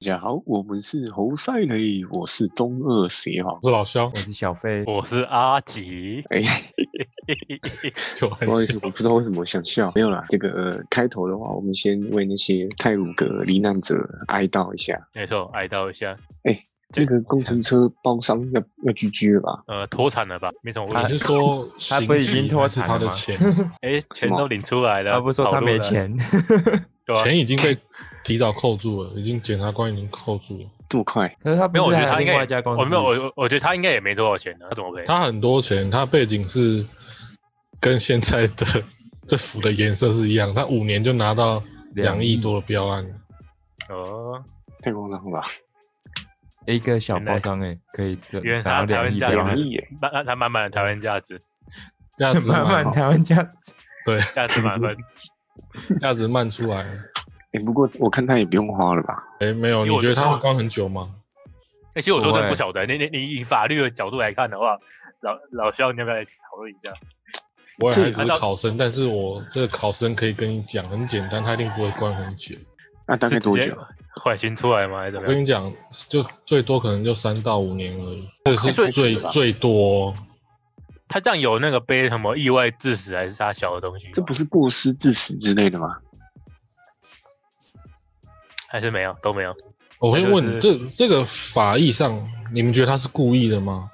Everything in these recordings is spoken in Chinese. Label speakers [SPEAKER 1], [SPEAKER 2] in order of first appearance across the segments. [SPEAKER 1] 家好，我们是侯赛雷，我是中二邪王
[SPEAKER 2] 我。是老啊肖
[SPEAKER 3] 我，是小飞，
[SPEAKER 4] 我是阿吉，
[SPEAKER 1] 哎、
[SPEAKER 2] 就很
[SPEAKER 1] 不好意思，我不知道为什么想笑。没有啦，这个、呃、开头的话，我们先为那些泰鲁格罹难者哀悼一下。
[SPEAKER 4] 没错，哀悼一下。
[SPEAKER 1] 哎
[SPEAKER 4] 这
[SPEAKER 1] 那个工程车包商要要 GG 了吧？
[SPEAKER 4] 呃脱产了吧，没什么问
[SPEAKER 2] 你
[SPEAKER 4] 题
[SPEAKER 2] 是。说
[SPEAKER 3] 他不已经脱
[SPEAKER 2] 是
[SPEAKER 3] 产
[SPEAKER 2] 他
[SPEAKER 3] 了
[SPEAKER 2] 的
[SPEAKER 3] 吗
[SPEAKER 2] 钱，
[SPEAKER 4] 哎，钱都领出来了，
[SPEAKER 3] 他不是说
[SPEAKER 4] 跑
[SPEAKER 3] 他
[SPEAKER 4] 路了
[SPEAKER 3] 没，钱，
[SPEAKER 4] 对啊吧？
[SPEAKER 2] 钱已经被提早扣住了，已经检察官已经扣住了。
[SPEAKER 1] 这么快？
[SPEAKER 3] 可是他
[SPEAKER 4] 没有，
[SPEAKER 3] 不
[SPEAKER 4] 我
[SPEAKER 3] 是
[SPEAKER 4] 觉得
[SPEAKER 3] 还有
[SPEAKER 4] 他应
[SPEAKER 3] 另
[SPEAKER 4] 该
[SPEAKER 3] 外一家公司，
[SPEAKER 4] 我没有，我我我觉得他应该也没多少钱呢，他怎么赔？
[SPEAKER 2] 他很多钱，他背景是跟现在的 政府的颜色是一样，他五年就拿到两亿多的标案，
[SPEAKER 4] 哦，
[SPEAKER 1] 太夸张了吧？
[SPEAKER 3] 一个小包商哎，可以这
[SPEAKER 4] 原来
[SPEAKER 3] 拿到
[SPEAKER 4] 台
[SPEAKER 3] 两
[SPEAKER 4] 湾
[SPEAKER 3] 亿
[SPEAKER 4] 价
[SPEAKER 3] 对
[SPEAKER 4] 格
[SPEAKER 3] 吧
[SPEAKER 1] 两？亿耶！
[SPEAKER 4] 那那他满满的台湾价 值，
[SPEAKER 2] 价值
[SPEAKER 3] 慢
[SPEAKER 2] 慢
[SPEAKER 3] 慢台湾 价值，
[SPEAKER 2] 对
[SPEAKER 4] 价值满分。
[SPEAKER 2] 价值慢出来了。
[SPEAKER 1] 哎、不过我看他也不用花了吧？
[SPEAKER 2] 哎，没有，
[SPEAKER 4] 其实
[SPEAKER 2] 你
[SPEAKER 4] 我
[SPEAKER 2] 觉得
[SPEAKER 4] 觉得
[SPEAKER 2] 他会关很久吗？
[SPEAKER 4] 哎，其实我说真的
[SPEAKER 3] 不
[SPEAKER 4] 不
[SPEAKER 3] 会
[SPEAKER 4] 晓得，你你你以法律的角度来看的话，老老肖，你要不要来讨论一下？
[SPEAKER 2] 我也还只
[SPEAKER 4] 这
[SPEAKER 2] 是考生，但是我这个考生可以跟你讲，很简单，他一定不会关很久。
[SPEAKER 1] 那大概
[SPEAKER 4] 是直
[SPEAKER 1] 多
[SPEAKER 4] 接
[SPEAKER 1] 久？
[SPEAKER 4] 缓刑出来吗？还是怎
[SPEAKER 2] 我
[SPEAKER 4] 么
[SPEAKER 2] 跟
[SPEAKER 4] 样？
[SPEAKER 2] 你讲，就最多可能就三到五年而已，这是
[SPEAKER 1] 太快
[SPEAKER 2] 最
[SPEAKER 1] 了吧
[SPEAKER 2] 最多哦。
[SPEAKER 4] 他这样有那个背什么意外致死还是他小的东西吗？
[SPEAKER 1] 这不是过失致死之类的吗？
[SPEAKER 4] 还是没有，都没有。
[SPEAKER 2] 我会问，
[SPEAKER 4] 这就
[SPEAKER 2] 这这个法义上，你们觉得他是故意的吗？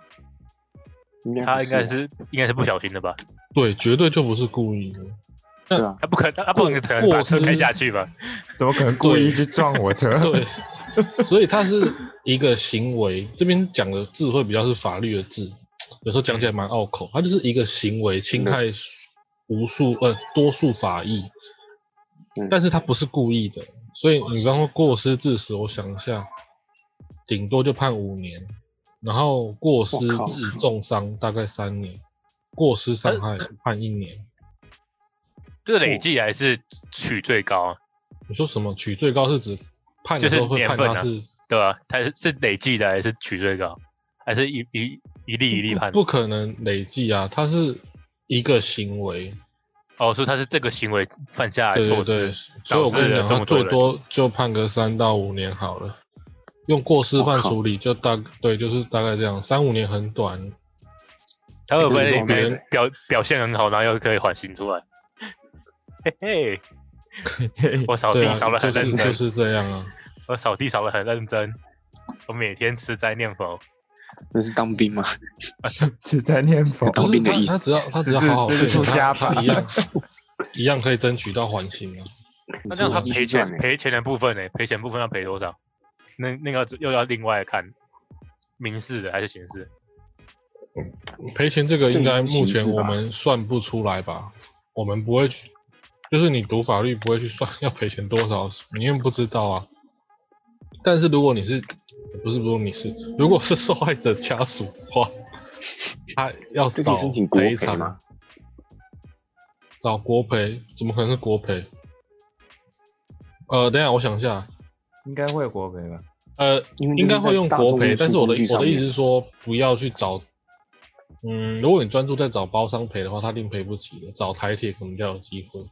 [SPEAKER 1] 应该
[SPEAKER 4] 他应该
[SPEAKER 1] 不是吧
[SPEAKER 4] 是应该是不小心的吧？
[SPEAKER 2] 对，绝对就不是故意的。
[SPEAKER 1] 对啊，
[SPEAKER 4] 他不可他他不可能把车开下去吧？
[SPEAKER 3] 怎么可能故意去撞我车？
[SPEAKER 2] 对，所以他是一个行为。这边讲的字会比较是法律的字，有时候讲起来蛮拗口。它就是一个行为侵害无数呃多数法益
[SPEAKER 1] 嗯，
[SPEAKER 2] 但是他不是故意的。所以你刚说过失致死，我想一下，顶多就判五年，然后过失
[SPEAKER 1] 我靠
[SPEAKER 2] 致重伤大概三年，过失伤害
[SPEAKER 4] 呃
[SPEAKER 2] 判一年。
[SPEAKER 4] 这
[SPEAKER 2] 哦
[SPEAKER 4] 累计还是取最高啊，
[SPEAKER 2] 你说什么取最高是指判的时候
[SPEAKER 4] 就是
[SPEAKER 2] 会
[SPEAKER 4] 年
[SPEAKER 2] 判
[SPEAKER 4] 份
[SPEAKER 2] 他
[SPEAKER 4] 啊
[SPEAKER 2] 是
[SPEAKER 4] 对吧？他是是累计的还是取最高？还是一一一例一例判？
[SPEAKER 2] 不不可能累计啊，它是一个行为，
[SPEAKER 4] 哦，所以他是这个行为犯下的
[SPEAKER 2] 对
[SPEAKER 4] 哎错
[SPEAKER 2] 对
[SPEAKER 4] 事。
[SPEAKER 2] 对，所以我跟你讲，
[SPEAKER 4] 这
[SPEAKER 2] 它
[SPEAKER 4] 么多
[SPEAKER 2] 最
[SPEAKER 4] 人
[SPEAKER 2] 多就判个三到五年好了，用过失犯处理就大对，就是大概这样，三五年很短，
[SPEAKER 4] 他会不会
[SPEAKER 1] 这
[SPEAKER 4] 里
[SPEAKER 1] 种人
[SPEAKER 4] 面表表现很好，然后又可以缓刑出来？嘿嘿， 我扫
[SPEAKER 2] 对
[SPEAKER 4] 地
[SPEAKER 2] 啊
[SPEAKER 4] 扫，的
[SPEAKER 2] 就
[SPEAKER 4] 很
[SPEAKER 2] 是
[SPEAKER 4] 认
[SPEAKER 2] 就
[SPEAKER 4] 真，
[SPEAKER 2] 是这样啊，
[SPEAKER 4] 我扫地扫的很认真，我每天吃斋念佛。
[SPEAKER 1] 那是当兵吗？
[SPEAKER 3] 只在念佛，
[SPEAKER 1] 当兵的
[SPEAKER 2] 他
[SPEAKER 1] 意思
[SPEAKER 2] 他只要他只要
[SPEAKER 3] 这是
[SPEAKER 2] 好好
[SPEAKER 3] 这是
[SPEAKER 2] 练习，
[SPEAKER 3] 出家
[SPEAKER 2] 他
[SPEAKER 3] 吧
[SPEAKER 2] 一样一样可以争取到缓刑啊，
[SPEAKER 4] 那这样他
[SPEAKER 1] 你
[SPEAKER 4] 赔
[SPEAKER 1] 说
[SPEAKER 4] 钱赔钱的部分呢？赔钱部分要赔多少？那那个又要另外看，民事的还是刑事？
[SPEAKER 2] 赔钱这个应
[SPEAKER 1] 这
[SPEAKER 2] 该
[SPEAKER 1] 个是
[SPEAKER 2] 目前
[SPEAKER 1] 刑事吧
[SPEAKER 2] 我们算不出来吧，我们不会去，就是你读法律不会去算 要赔钱多少，你也不知道啊。但是如果你是，不是不是你是，如果是受害者家属的 话，他要
[SPEAKER 1] 这
[SPEAKER 2] 找
[SPEAKER 1] 可以申请国
[SPEAKER 2] 赔
[SPEAKER 1] 赔
[SPEAKER 2] 偿
[SPEAKER 1] 吗，？
[SPEAKER 2] 找国赔，怎么可能是国赔？呃，等一下我想一下，
[SPEAKER 3] 应该会有国赔吧？
[SPEAKER 2] 呃，
[SPEAKER 1] 因为这
[SPEAKER 2] 应
[SPEAKER 1] 是
[SPEAKER 2] 该会用
[SPEAKER 1] 在大
[SPEAKER 2] 国
[SPEAKER 1] 众
[SPEAKER 2] 赔，
[SPEAKER 1] 运输
[SPEAKER 2] 但是我的
[SPEAKER 1] 工具
[SPEAKER 2] 我
[SPEAKER 1] 上
[SPEAKER 2] 的
[SPEAKER 1] 面
[SPEAKER 2] 意思是说，不要去找，嗯，如果你专注在找包商赔的话，他一定赔不起的，找台铁可能比较有机会。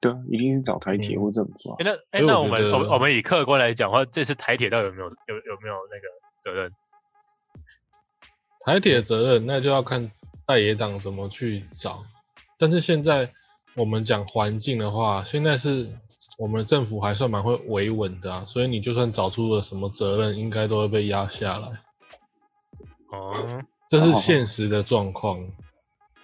[SPEAKER 1] 对啊，一定是找台铁
[SPEAKER 2] 嗯
[SPEAKER 1] 或政府啊
[SPEAKER 4] 哎、。那
[SPEAKER 2] 所
[SPEAKER 4] 哎、
[SPEAKER 2] 以
[SPEAKER 4] 那
[SPEAKER 2] 我
[SPEAKER 4] 我
[SPEAKER 2] 觉
[SPEAKER 4] 们
[SPEAKER 2] 得
[SPEAKER 4] 我我们以客观来讲的话，这次台铁到底有没有有有没有那个责任？
[SPEAKER 2] 台铁的责任那就要看在野党怎么去找，但是现在我们讲环境的话，现在是我们政府还算蛮会维稳的啊，所以你就算找出了什么责任，应该都会被压下来。
[SPEAKER 4] 哦，
[SPEAKER 2] 这是现实的状况。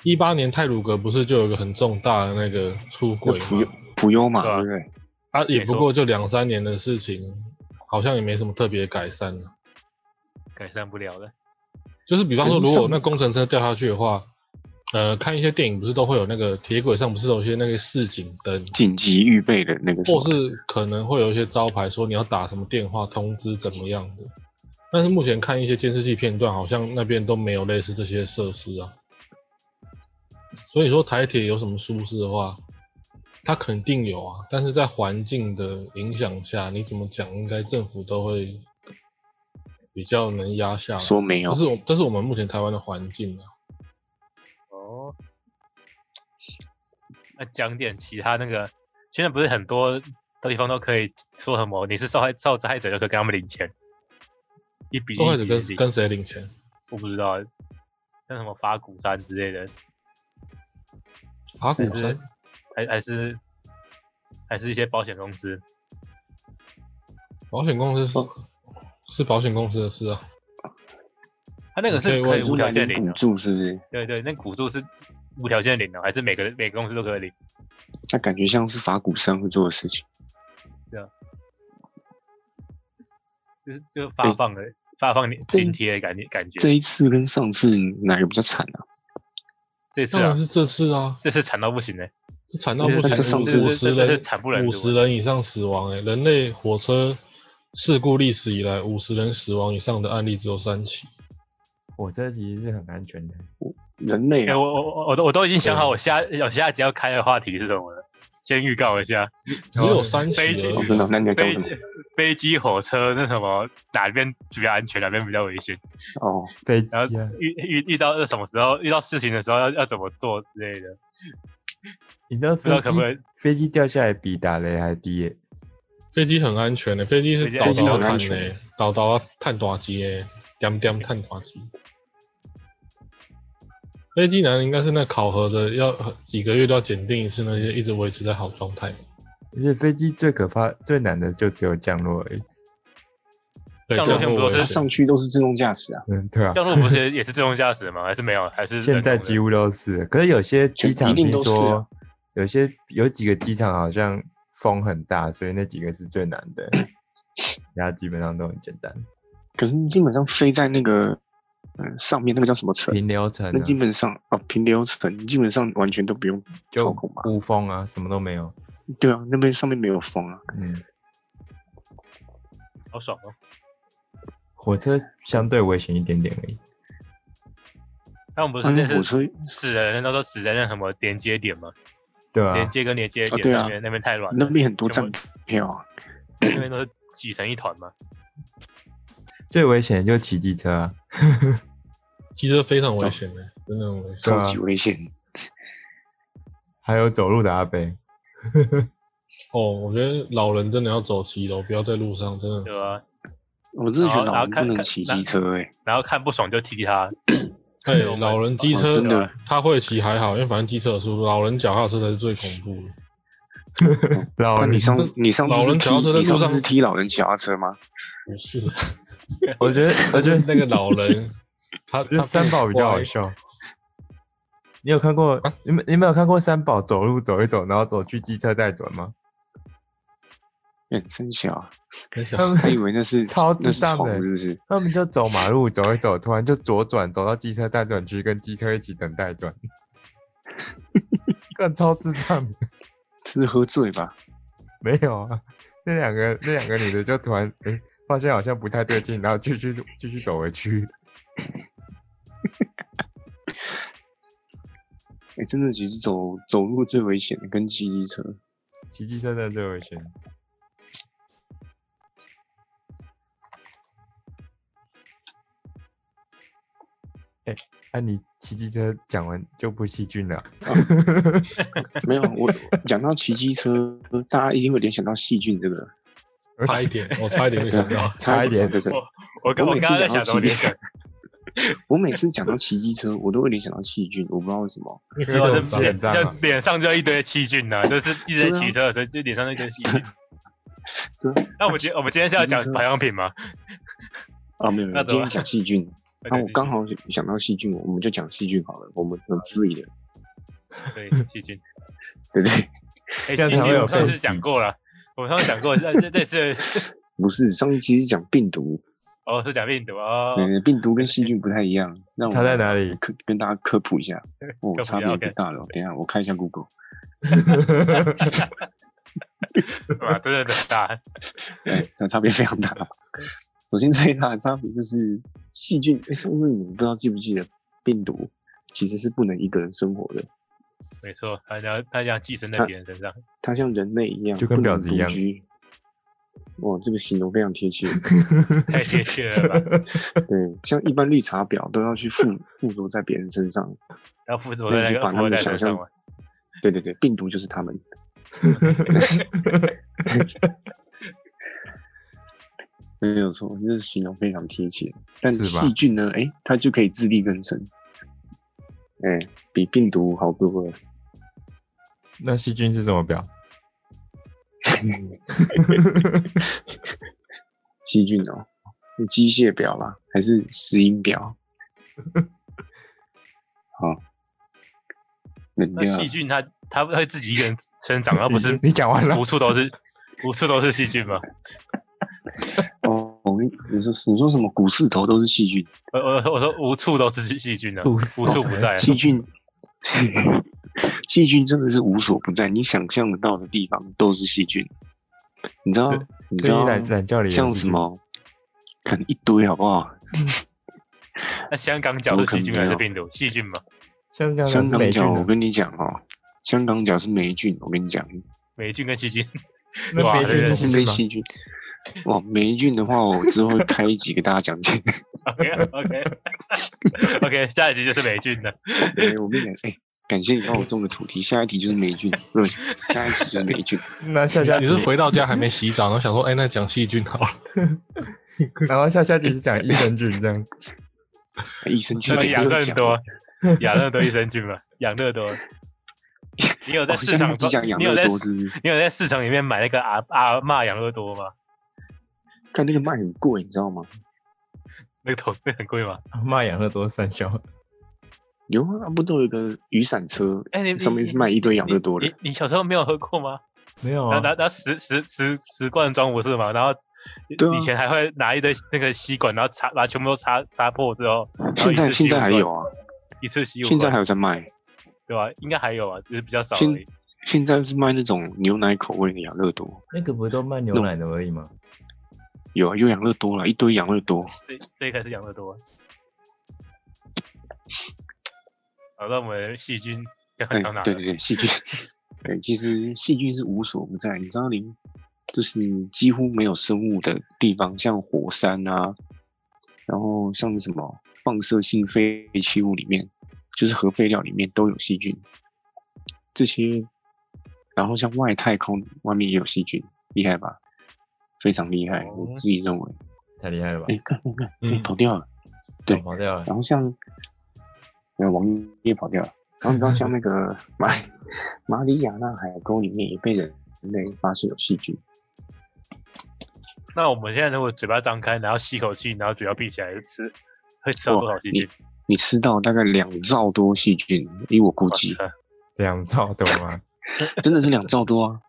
[SPEAKER 2] 一八年泰鲁格不是就有一个很重大的那个出轨
[SPEAKER 1] 那普悠
[SPEAKER 2] 吗？
[SPEAKER 1] 普悠嘛，
[SPEAKER 4] 对啊
[SPEAKER 1] 对不对？
[SPEAKER 2] 啊，也
[SPEAKER 4] 没
[SPEAKER 2] 不
[SPEAKER 4] 错
[SPEAKER 2] 过就两三年的事情，好像也没什么特别改善啊
[SPEAKER 4] 改善不了了。
[SPEAKER 2] 就是比方说，
[SPEAKER 1] 可是
[SPEAKER 2] 如
[SPEAKER 1] 上
[SPEAKER 2] 果那工程车掉下去的话，呃，看一些电影不是都会有那个铁轨上不是有一些那个示警灯，
[SPEAKER 1] 紧急预备的那个什么
[SPEAKER 2] 或是可能会有一些招牌说你要打什么电话通知怎么样的。但是目前看一些监视器片段，好像那边都没有类似这些设施啊。所以说台铁有什么疏失的话，它肯定有啊，但是在环境的影响下，你怎么讲，应该政府都会比较能压下来。
[SPEAKER 1] 说没有
[SPEAKER 2] 这，是我这是我们目前台湾的环境啊。
[SPEAKER 4] 哦，那讲点其他那个，现在不是很多到地方都可以说什么你是受害受灾害者，就可以跟他们领钱，一笔一
[SPEAKER 2] 受害者
[SPEAKER 4] 笔
[SPEAKER 2] 跟
[SPEAKER 4] 地领
[SPEAKER 2] 跟谁领钱？
[SPEAKER 4] 我不知道，像什么法鼓山之类的，
[SPEAKER 2] 法
[SPEAKER 1] 是啊
[SPEAKER 2] 鼓山
[SPEAKER 4] 是还还是还是一些保险公司，
[SPEAKER 2] 保险公司是、
[SPEAKER 1] 哦
[SPEAKER 2] 是保险公司的事啊，
[SPEAKER 4] 他啊那个
[SPEAKER 2] 可
[SPEAKER 4] 是
[SPEAKER 2] 以
[SPEAKER 4] 可
[SPEAKER 2] 问
[SPEAKER 4] 以
[SPEAKER 2] 一
[SPEAKER 1] 是
[SPEAKER 4] 无条
[SPEAKER 1] 来
[SPEAKER 4] 件
[SPEAKER 1] 点
[SPEAKER 4] 领
[SPEAKER 1] 补
[SPEAKER 4] 的，
[SPEAKER 1] 助是不是？
[SPEAKER 4] 对对，那补助是无条件领的，还是每个每个公司都可以领？
[SPEAKER 1] 那感觉像是法鼓山会做的事情。
[SPEAKER 4] 就是就发
[SPEAKER 1] 对
[SPEAKER 4] 放的发放
[SPEAKER 1] 这
[SPEAKER 4] 津贴的感觉感觉。
[SPEAKER 1] 这一次跟上次哪个比较惨啊？
[SPEAKER 4] 这次
[SPEAKER 2] 当
[SPEAKER 4] 啊
[SPEAKER 1] 嗯
[SPEAKER 2] 然，是这次啊，
[SPEAKER 4] 这次惨到不行嘞、
[SPEAKER 2] 这惨到
[SPEAKER 4] 这
[SPEAKER 2] 目
[SPEAKER 4] 是
[SPEAKER 2] 前
[SPEAKER 1] 这上次
[SPEAKER 2] 五十
[SPEAKER 4] 这是
[SPEAKER 2] 人
[SPEAKER 4] 惨不忍睹
[SPEAKER 2] 五十人以上死亡、欸，人类火车事故历史以来，五十人死亡以上的案例只有三起。
[SPEAKER 4] 哦
[SPEAKER 3] 我这集是很安全的，
[SPEAKER 1] 人类
[SPEAKER 4] 哎、
[SPEAKER 1] 啊，
[SPEAKER 4] 我我我我都我都已经想好我下我下一集要开的话题是什么了，先预告一下。
[SPEAKER 2] 只有三起
[SPEAKER 4] 飞机
[SPEAKER 2] 而
[SPEAKER 1] 哦
[SPEAKER 2] 已
[SPEAKER 1] 真的哦，
[SPEAKER 2] 啊，
[SPEAKER 1] 那你要讲
[SPEAKER 4] 飞
[SPEAKER 1] 什
[SPEAKER 4] 机
[SPEAKER 1] 么？、
[SPEAKER 4] 飞机、火车那什么哪边比较安全，哪边比较危险，
[SPEAKER 1] 哦，
[SPEAKER 3] 飞机
[SPEAKER 4] 然后
[SPEAKER 3] 啊！
[SPEAKER 4] 遇遇遇到什么时候遇到事情的时候要要怎么做之类的，
[SPEAKER 3] 你知道
[SPEAKER 4] 不知道
[SPEAKER 3] 飞
[SPEAKER 4] 可不可以
[SPEAKER 3] 机飞机掉下来比打雷还低欸耶、
[SPEAKER 2] 飞机很安全的、欸飞机是
[SPEAKER 4] 飞机
[SPEAKER 2] 倒
[SPEAKER 4] 飞机
[SPEAKER 2] 倒
[SPEAKER 1] 很
[SPEAKER 2] 探
[SPEAKER 1] 安
[SPEAKER 2] 的、
[SPEAKER 1] 全
[SPEAKER 2] 倒倒探大机的、点点探大机。飞机男应该是那考核的，要几个月都要检定一次，那些一直维持在好状态。
[SPEAKER 3] 而且飞机最可怕、最难的就只有降落而已。
[SPEAKER 2] 对，
[SPEAKER 4] 像
[SPEAKER 2] 这
[SPEAKER 4] 陆先
[SPEAKER 2] 样
[SPEAKER 4] 不
[SPEAKER 2] 会
[SPEAKER 4] 是
[SPEAKER 2] 危
[SPEAKER 1] 它
[SPEAKER 2] 险
[SPEAKER 1] 上去都是自动驾驶啊，
[SPEAKER 3] 嗯，对啊，
[SPEAKER 4] 降落不是也也是自动驾驶吗？还是没有？还是
[SPEAKER 3] 现在
[SPEAKER 4] 人工的
[SPEAKER 3] 几乎都是。可是有些
[SPEAKER 1] 全
[SPEAKER 3] 机场
[SPEAKER 1] 一定
[SPEAKER 3] 听
[SPEAKER 1] 都是啊
[SPEAKER 3] 说，有些有几个机场好像风很大，所以那几个是最难 的，其他基本上都很简单。
[SPEAKER 1] 可是基本上飞在那个嗯上面那个叫什么层？
[SPEAKER 3] 平流层、啊
[SPEAKER 1] 那、基本上啊，平流层基本上完全都不用操
[SPEAKER 3] 就
[SPEAKER 1] 控吧？
[SPEAKER 3] 无风啊，什么都没有。
[SPEAKER 1] 对啊，那边上面没有风啊。
[SPEAKER 3] 嗯，
[SPEAKER 4] 好爽哦！
[SPEAKER 3] 火车相对危险一点点而已。
[SPEAKER 4] 他们不
[SPEAKER 1] 啊
[SPEAKER 4] 是
[SPEAKER 1] 那
[SPEAKER 4] 这
[SPEAKER 1] 火
[SPEAKER 4] 是
[SPEAKER 1] 车
[SPEAKER 4] 死人那都死在那什么连接点吗？
[SPEAKER 3] 对啊
[SPEAKER 4] 连，接跟连接
[SPEAKER 1] 啊对
[SPEAKER 4] 点
[SPEAKER 1] 啊
[SPEAKER 4] 上面、那边太软了，
[SPEAKER 1] 那边很多
[SPEAKER 4] 全部
[SPEAKER 1] 站票啊，
[SPEAKER 4] 那边都是挤成一团嘛。
[SPEAKER 3] 最危险的就是骑机车啊。
[SPEAKER 2] 机车非常危险的、真的很危险。
[SPEAKER 3] 对啊
[SPEAKER 1] 超级危险。
[SPEAKER 3] 还有走路的阿贝，
[SPEAKER 2] 哦，我觉得老人真的要走骑楼，不要在路上，真的。
[SPEAKER 4] 对啊，
[SPEAKER 1] 我真的觉得老人
[SPEAKER 4] 然后然后
[SPEAKER 1] 不能
[SPEAKER 4] 看
[SPEAKER 1] 骑
[SPEAKER 4] 看
[SPEAKER 1] 机车哎、
[SPEAKER 4] 然后看不爽就 踢他。
[SPEAKER 2] 哎、
[SPEAKER 4] 我们
[SPEAKER 2] 老人机车、
[SPEAKER 1] 哦真的
[SPEAKER 2] 他会骑还好，因为反正机车的速度，老人脚踏车才是最恐怖的。
[SPEAKER 3] 老
[SPEAKER 1] 那
[SPEAKER 3] 人
[SPEAKER 1] 你上你上次
[SPEAKER 2] 老人
[SPEAKER 1] 是
[SPEAKER 2] 脚踏
[SPEAKER 1] 踢
[SPEAKER 2] 车在
[SPEAKER 1] 你
[SPEAKER 2] 路
[SPEAKER 1] 上
[SPEAKER 2] 上
[SPEAKER 1] 次是踢老人脚踏车吗？
[SPEAKER 2] 不 是，
[SPEAKER 3] 我觉得，我觉得
[SPEAKER 2] 那个老人，他
[SPEAKER 3] 我觉得
[SPEAKER 2] 他
[SPEAKER 3] 三宝比较好笑。你有看过
[SPEAKER 2] 啊？
[SPEAKER 3] 你们你们有看过三宝走路走一走，然后走去机车带转吗？
[SPEAKER 1] 很哎真 小，
[SPEAKER 2] 很小
[SPEAKER 3] 他们
[SPEAKER 1] 还以为那是
[SPEAKER 3] 超
[SPEAKER 1] 那
[SPEAKER 3] 智
[SPEAKER 1] 是
[SPEAKER 3] 障
[SPEAKER 1] 床
[SPEAKER 3] 的
[SPEAKER 1] 是不是？
[SPEAKER 3] 他们就走马路走一走，突然就左转走到机车待转区，跟机车一起等待转， 更超智障的。
[SPEAKER 1] 这是喝醉吧？
[SPEAKER 3] 没有啊，那两个那两个女的就突然哎、诶发现好像不太对劲，然后继续继续走回去。
[SPEAKER 1] 哎、真的，其实走走路最危险的，跟骑机车。
[SPEAKER 3] 骑机车真的最危险。哎、那你骑机车讲完就不细菌了啊？
[SPEAKER 1] 没有， 我讲到骑机车，大家一定会联想到细菌这个，
[SPEAKER 2] 差一 点，我差一点就想到，
[SPEAKER 3] 差一点
[SPEAKER 1] 对对对。
[SPEAKER 4] 我刚
[SPEAKER 1] 我
[SPEAKER 4] 我
[SPEAKER 1] 每
[SPEAKER 4] 刚
[SPEAKER 1] 次
[SPEAKER 4] 刚在
[SPEAKER 1] 讲
[SPEAKER 4] 想
[SPEAKER 1] 到
[SPEAKER 4] 什么
[SPEAKER 1] 骑
[SPEAKER 4] 联
[SPEAKER 1] 机
[SPEAKER 4] 想
[SPEAKER 1] 车，，我每次讲到骑机车，我都会联想到细菌，我不知道为什么。
[SPEAKER 2] 因为
[SPEAKER 4] 结果
[SPEAKER 2] 这
[SPEAKER 3] 这
[SPEAKER 2] 种
[SPEAKER 3] 种
[SPEAKER 2] 脏
[SPEAKER 3] 长
[SPEAKER 4] 就脸
[SPEAKER 3] 脸脏
[SPEAKER 4] 就
[SPEAKER 3] 啊
[SPEAKER 4] 脸上就一堆细 菌呐，就是一直在骑车的时候就脸上那堆细菌。
[SPEAKER 1] 啊对啊
[SPEAKER 4] 那我们今我们今天是要讲
[SPEAKER 1] 骑车
[SPEAKER 4] 保养品吗？
[SPEAKER 1] 啊，没有，没
[SPEAKER 4] 那
[SPEAKER 1] 有
[SPEAKER 4] 怎
[SPEAKER 1] 今
[SPEAKER 4] 么
[SPEAKER 1] 天讲细菌。那、我刚好想到细菌，我们就讲细菌好了，我们很 free 的，
[SPEAKER 4] 对细 菌，
[SPEAKER 1] 对不对？
[SPEAKER 4] 哎，
[SPEAKER 3] 这样才
[SPEAKER 4] 细菌
[SPEAKER 3] 会有
[SPEAKER 4] 我上次
[SPEAKER 3] sense
[SPEAKER 4] 讲过了，我们上次讲过，呃这这这次
[SPEAKER 1] 不是，上次其实讲病毒，
[SPEAKER 4] 哦是讲病毒哦，
[SPEAKER 1] 嗯、病毒跟细菌不太一样。那我
[SPEAKER 3] 差在哪里
[SPEAKER 1] 我？科跟大家科普一下，哦
[SPEAKER 4] 科普一，下
[SPEAKER 1] 差别
[SPEAKER 4] OK
[SPEAKER 1] 不大了。等一下，我看一下 Google。
[SPEAKER 4] 哇，真的很大，
[SPEAKER 1] 对，哎这差别非常 大。首先最大的差别就是细菌，诶上次你们不知道记不记得，病毒其实是不能一个人生活的，
[SPEAKER 4] 没错，他要他要寄生在
[SPEAKER 1] 它
[SPEAKER 4] 别人身上，
[SPEAKER 1] 它像人类一样，
[SPEAKER 3] 就跟
[SPEAKER 1] 不能
[SPEAKER 3] 婊子一样
[SPEAKER 1] 独居。哇，这个形容非常贴 切。
[SPEAKER 4] 太贴切了吧？
[SPEAKER 1] 对，像一般绿茶婊都要去附附着在别人身上，
[SPEAKER 4] 要附着在那
[SPEAKER 1] 那你就
[SPEAKER 4] 个
[SPEAKER 1] 把他
[SPEAKER 4] 附
[SPEAKER 1] 们
[SPEAKER 4] 在
[SPEAKER 1] 想
[SPEAKER 4] 身上
[SPEAKER 1] 象
[SPEAKER 4] 嘛，
[SPEAKER 1] 对对对，病毒就是他们。没有错，就是形容非常贴切。但
[SPEAKER 3] 是吧
[SPEAKER 1] 细菌呢，哎、它就可以自力更生，哎、比病毒好多了。
[SPEAKER 3] 那细菌是什么表？
[SPEAKER 1] 细菌哦，机械表啦，还是石英表？好，冷
[SPEAKER 4] 那
[SPEAKER 1] 掉了
[SPEAKER 4] 细。菌它它会自己一个人 生长，啊而不是
[SPEAKER 3] 你讲完了
[SPEAKER 4] 无处都是无处都是细菌吗？
[SPEAKER 1] 哦，我跟你说，你说什么股四头都是细菌，
[SPEAKER 4] 我我我说无处都是细菌啊，
[SPEAKER 3] 无
[SPEAKER 4] 无
[SPEAKER 3] 处
[SPEAKER 4] 处不
[SPEAKER 3] 都
[SPEAKER 4] 在啊。
[SPEAKER 1] 细菌是细菌，真的是无所不在，你想象得到的地方都是细菌。你知道
[SPEAKER 3] 是？
[SPEAKER 1] 你知
[SPEAKER 3] 所以
[SPEAKER 1] 道？
[SPEAKER 3] 懒懒觉里有
[SPEAKER 1] 像
[SPEAKER 3] 细
[SPEAKER 1] 什
[SPEAKER 3] 菌？
[SPEAKER 1] 么，可能一堆好不好？
[SPEAKER 4] 那香港脚是细菌还是病毒？细菌吗？
[SPEAKER 3] 香港
[SPEAKER 1] 香
[SPEAKER 3] 是
[SPEAKER 1] 港
[SPEAKER 3] 霉菌
[SPEAKER 1] 脚，
[SPEAKER 3] 啊，
[SPEAKER 1] 我跟你讲哦，香港脚是霉菌，我跟你讲，
[SPEAKER 4] 霉菌跟细菌，
[SPEAKER 3] 那
[SPEAKER 4] 哇
[SPEAKER 3] 霉菌
[SPEAKER 4] 这个
[SPEAKER 3] 是细
[SPEAKER 1] 是非
[SPEAKER 3] 菌吗？
[SPEAKER 1] 细菌。哇，霉菌的话，我之后会开一集给大家讲解。
[SPEAKER 4] OK OK OK，下一集就是霉菌 了。
[SPEAKER 1] 哎、我跟你讲，哎、感谢你帮我中个主题，下一题就是霉菌，不是，下一题就是霉菌。
[SPEAKER 3] 那下下
[SPEAKER 2] 你
[SPEAKER 3] 集
[SPEAKER 2] 是回到家还没洗澡，然后想说，哎、那讲细 菌好了，
[SPEAKER 3] 然后下下集是讲益生菌这样，
[SPEAKER 1] 益哎生菌
[SPEAKER 4] 那
[SPEAKER 1] 每
[SPEAKER 4] 养
[SPEAKER 1] 个都
[SPEAKER 4] 乐
[SPEAKER 1] 讲
[SPEAKER 4] 多，养乐多益生菌嘛，养乐多。你有在
[SPEAKER 1] 哦，
[SPEAKER 4] 市
[SPEAKER 1] 现在
[SPEAKER 4] 场
[SPEAKER 1] 不只
[SPEAKER 4] 中
[SPEAKER 1] 讲养
[SPEAKER 4] 你有在
[SPEAKER 1] 乐多是不是？
[SPEAKER 4] 你有在市场里面买那个阿阿骂养乐多吗？
[SPEAKER 1] 看那个卖很贵，你知道吗？
[SPEAKER 4] 那个头那很贵吗？
[SPEAKER 3] 骂养乐多三小，
[SPEAKER 1] 有啊，不都有一个雨伞车，
[SPEAKER 4] 哎，你
[SPEAKER 1] 上面是卖一堆养乐多的
[SPEAKER 4] 你，你你小时候没有喝过吗？
[SPEAKER 3] 没
[SPEAKER 1] 哦
[SPEAKER 3] 有
[SPEAKER 4] 然后
[SPEAKER 3] 啊？
[SPEAKER 4] 拿拿十十十十罐装不是嘛？然后
[SPEAKER 1] 对啊
[SPEAKER 4] 以前还会拿一堆那个吸管，然后插把它全部都插插破之后，然后
[SPEAKER 1] 现
[SPEAKER 4] 一
[SPEAKER 1] 在
[SPEAKER 4] 次
[SPEAKER 1] 现
[SPEAKER 4] 吸
[SPEAKER 1] 在
[SPEAKER 4] 五
[SPEAKER 1] 还
[SPEAKER 4] 罐
[SPEAKER 1] 有啊，
[SPEAKER 4] 一次吸五
[SPEAKER 1] 现在
[SPEAKER 4] 罐
[SPEAKER 1] 还有在卖，
[SPEAKER 4] 对吧？应该还有啊，只是比较少
[SPEAKER 1] 现
[SPEAKER 4] 而已。
[SPEAKER 1] 现在是卖那种牛奶口味的养乐多，
[SPEAKER 3] 那个不都卖牛奶的而已吗？
[SPEAKER 1] 有啊，有养乐多啦，一堆养乐多。
[SPEAKER 4] 最最开始养乐多。好，那我们细菌刚刚
[SPEAKER 1] 哎，
[SPEAKER 4] 讲哪
[SPEAKER 1] 对
[SPEAKER 4] 了
[SPEAKER 1] 对对，细菌， 对，其实细菌是无所不在。你知道，零就是你几乎没有生物的地方，像火山啊，然后像是什么放射性废弃物里面，就是核废料里面都有细菌。这些，然后像外太空外面也有细菌，厉害吧？非常厉害，我
[SPEAKER 4] 哦
[SPEAKER 1] 自己认为。
[SPEAKER 3] 太厉害了吧
[SPEAKER 1] 哎、？看看看，哎、
[SPEAKER 2] 嗯
[SPEAKER 1] 跑掉了。对
[SPEAKER 3] 早跑掉了。
[SPEAKER 1] 然后像，呃，网页跑掉了。然后你知道像那个马马里亚纳海沟里面也被人类发现有细菌，
[SPEAKER 4] 那我们现在如果嘴巴张开，然后吸口气，然后嘴巴闭起来吃，会吃到多少细菌？
[SPEAKER 1] 你吃到大概两兆多细菌，以我估
[SPEAKER 4] 哇
[SPEAKER 1] 计，
[SPEAKER 4] 塞
[SPEAKER 3] 两兆多吗？
[SPEAKER 1] 真的是两兆多啊。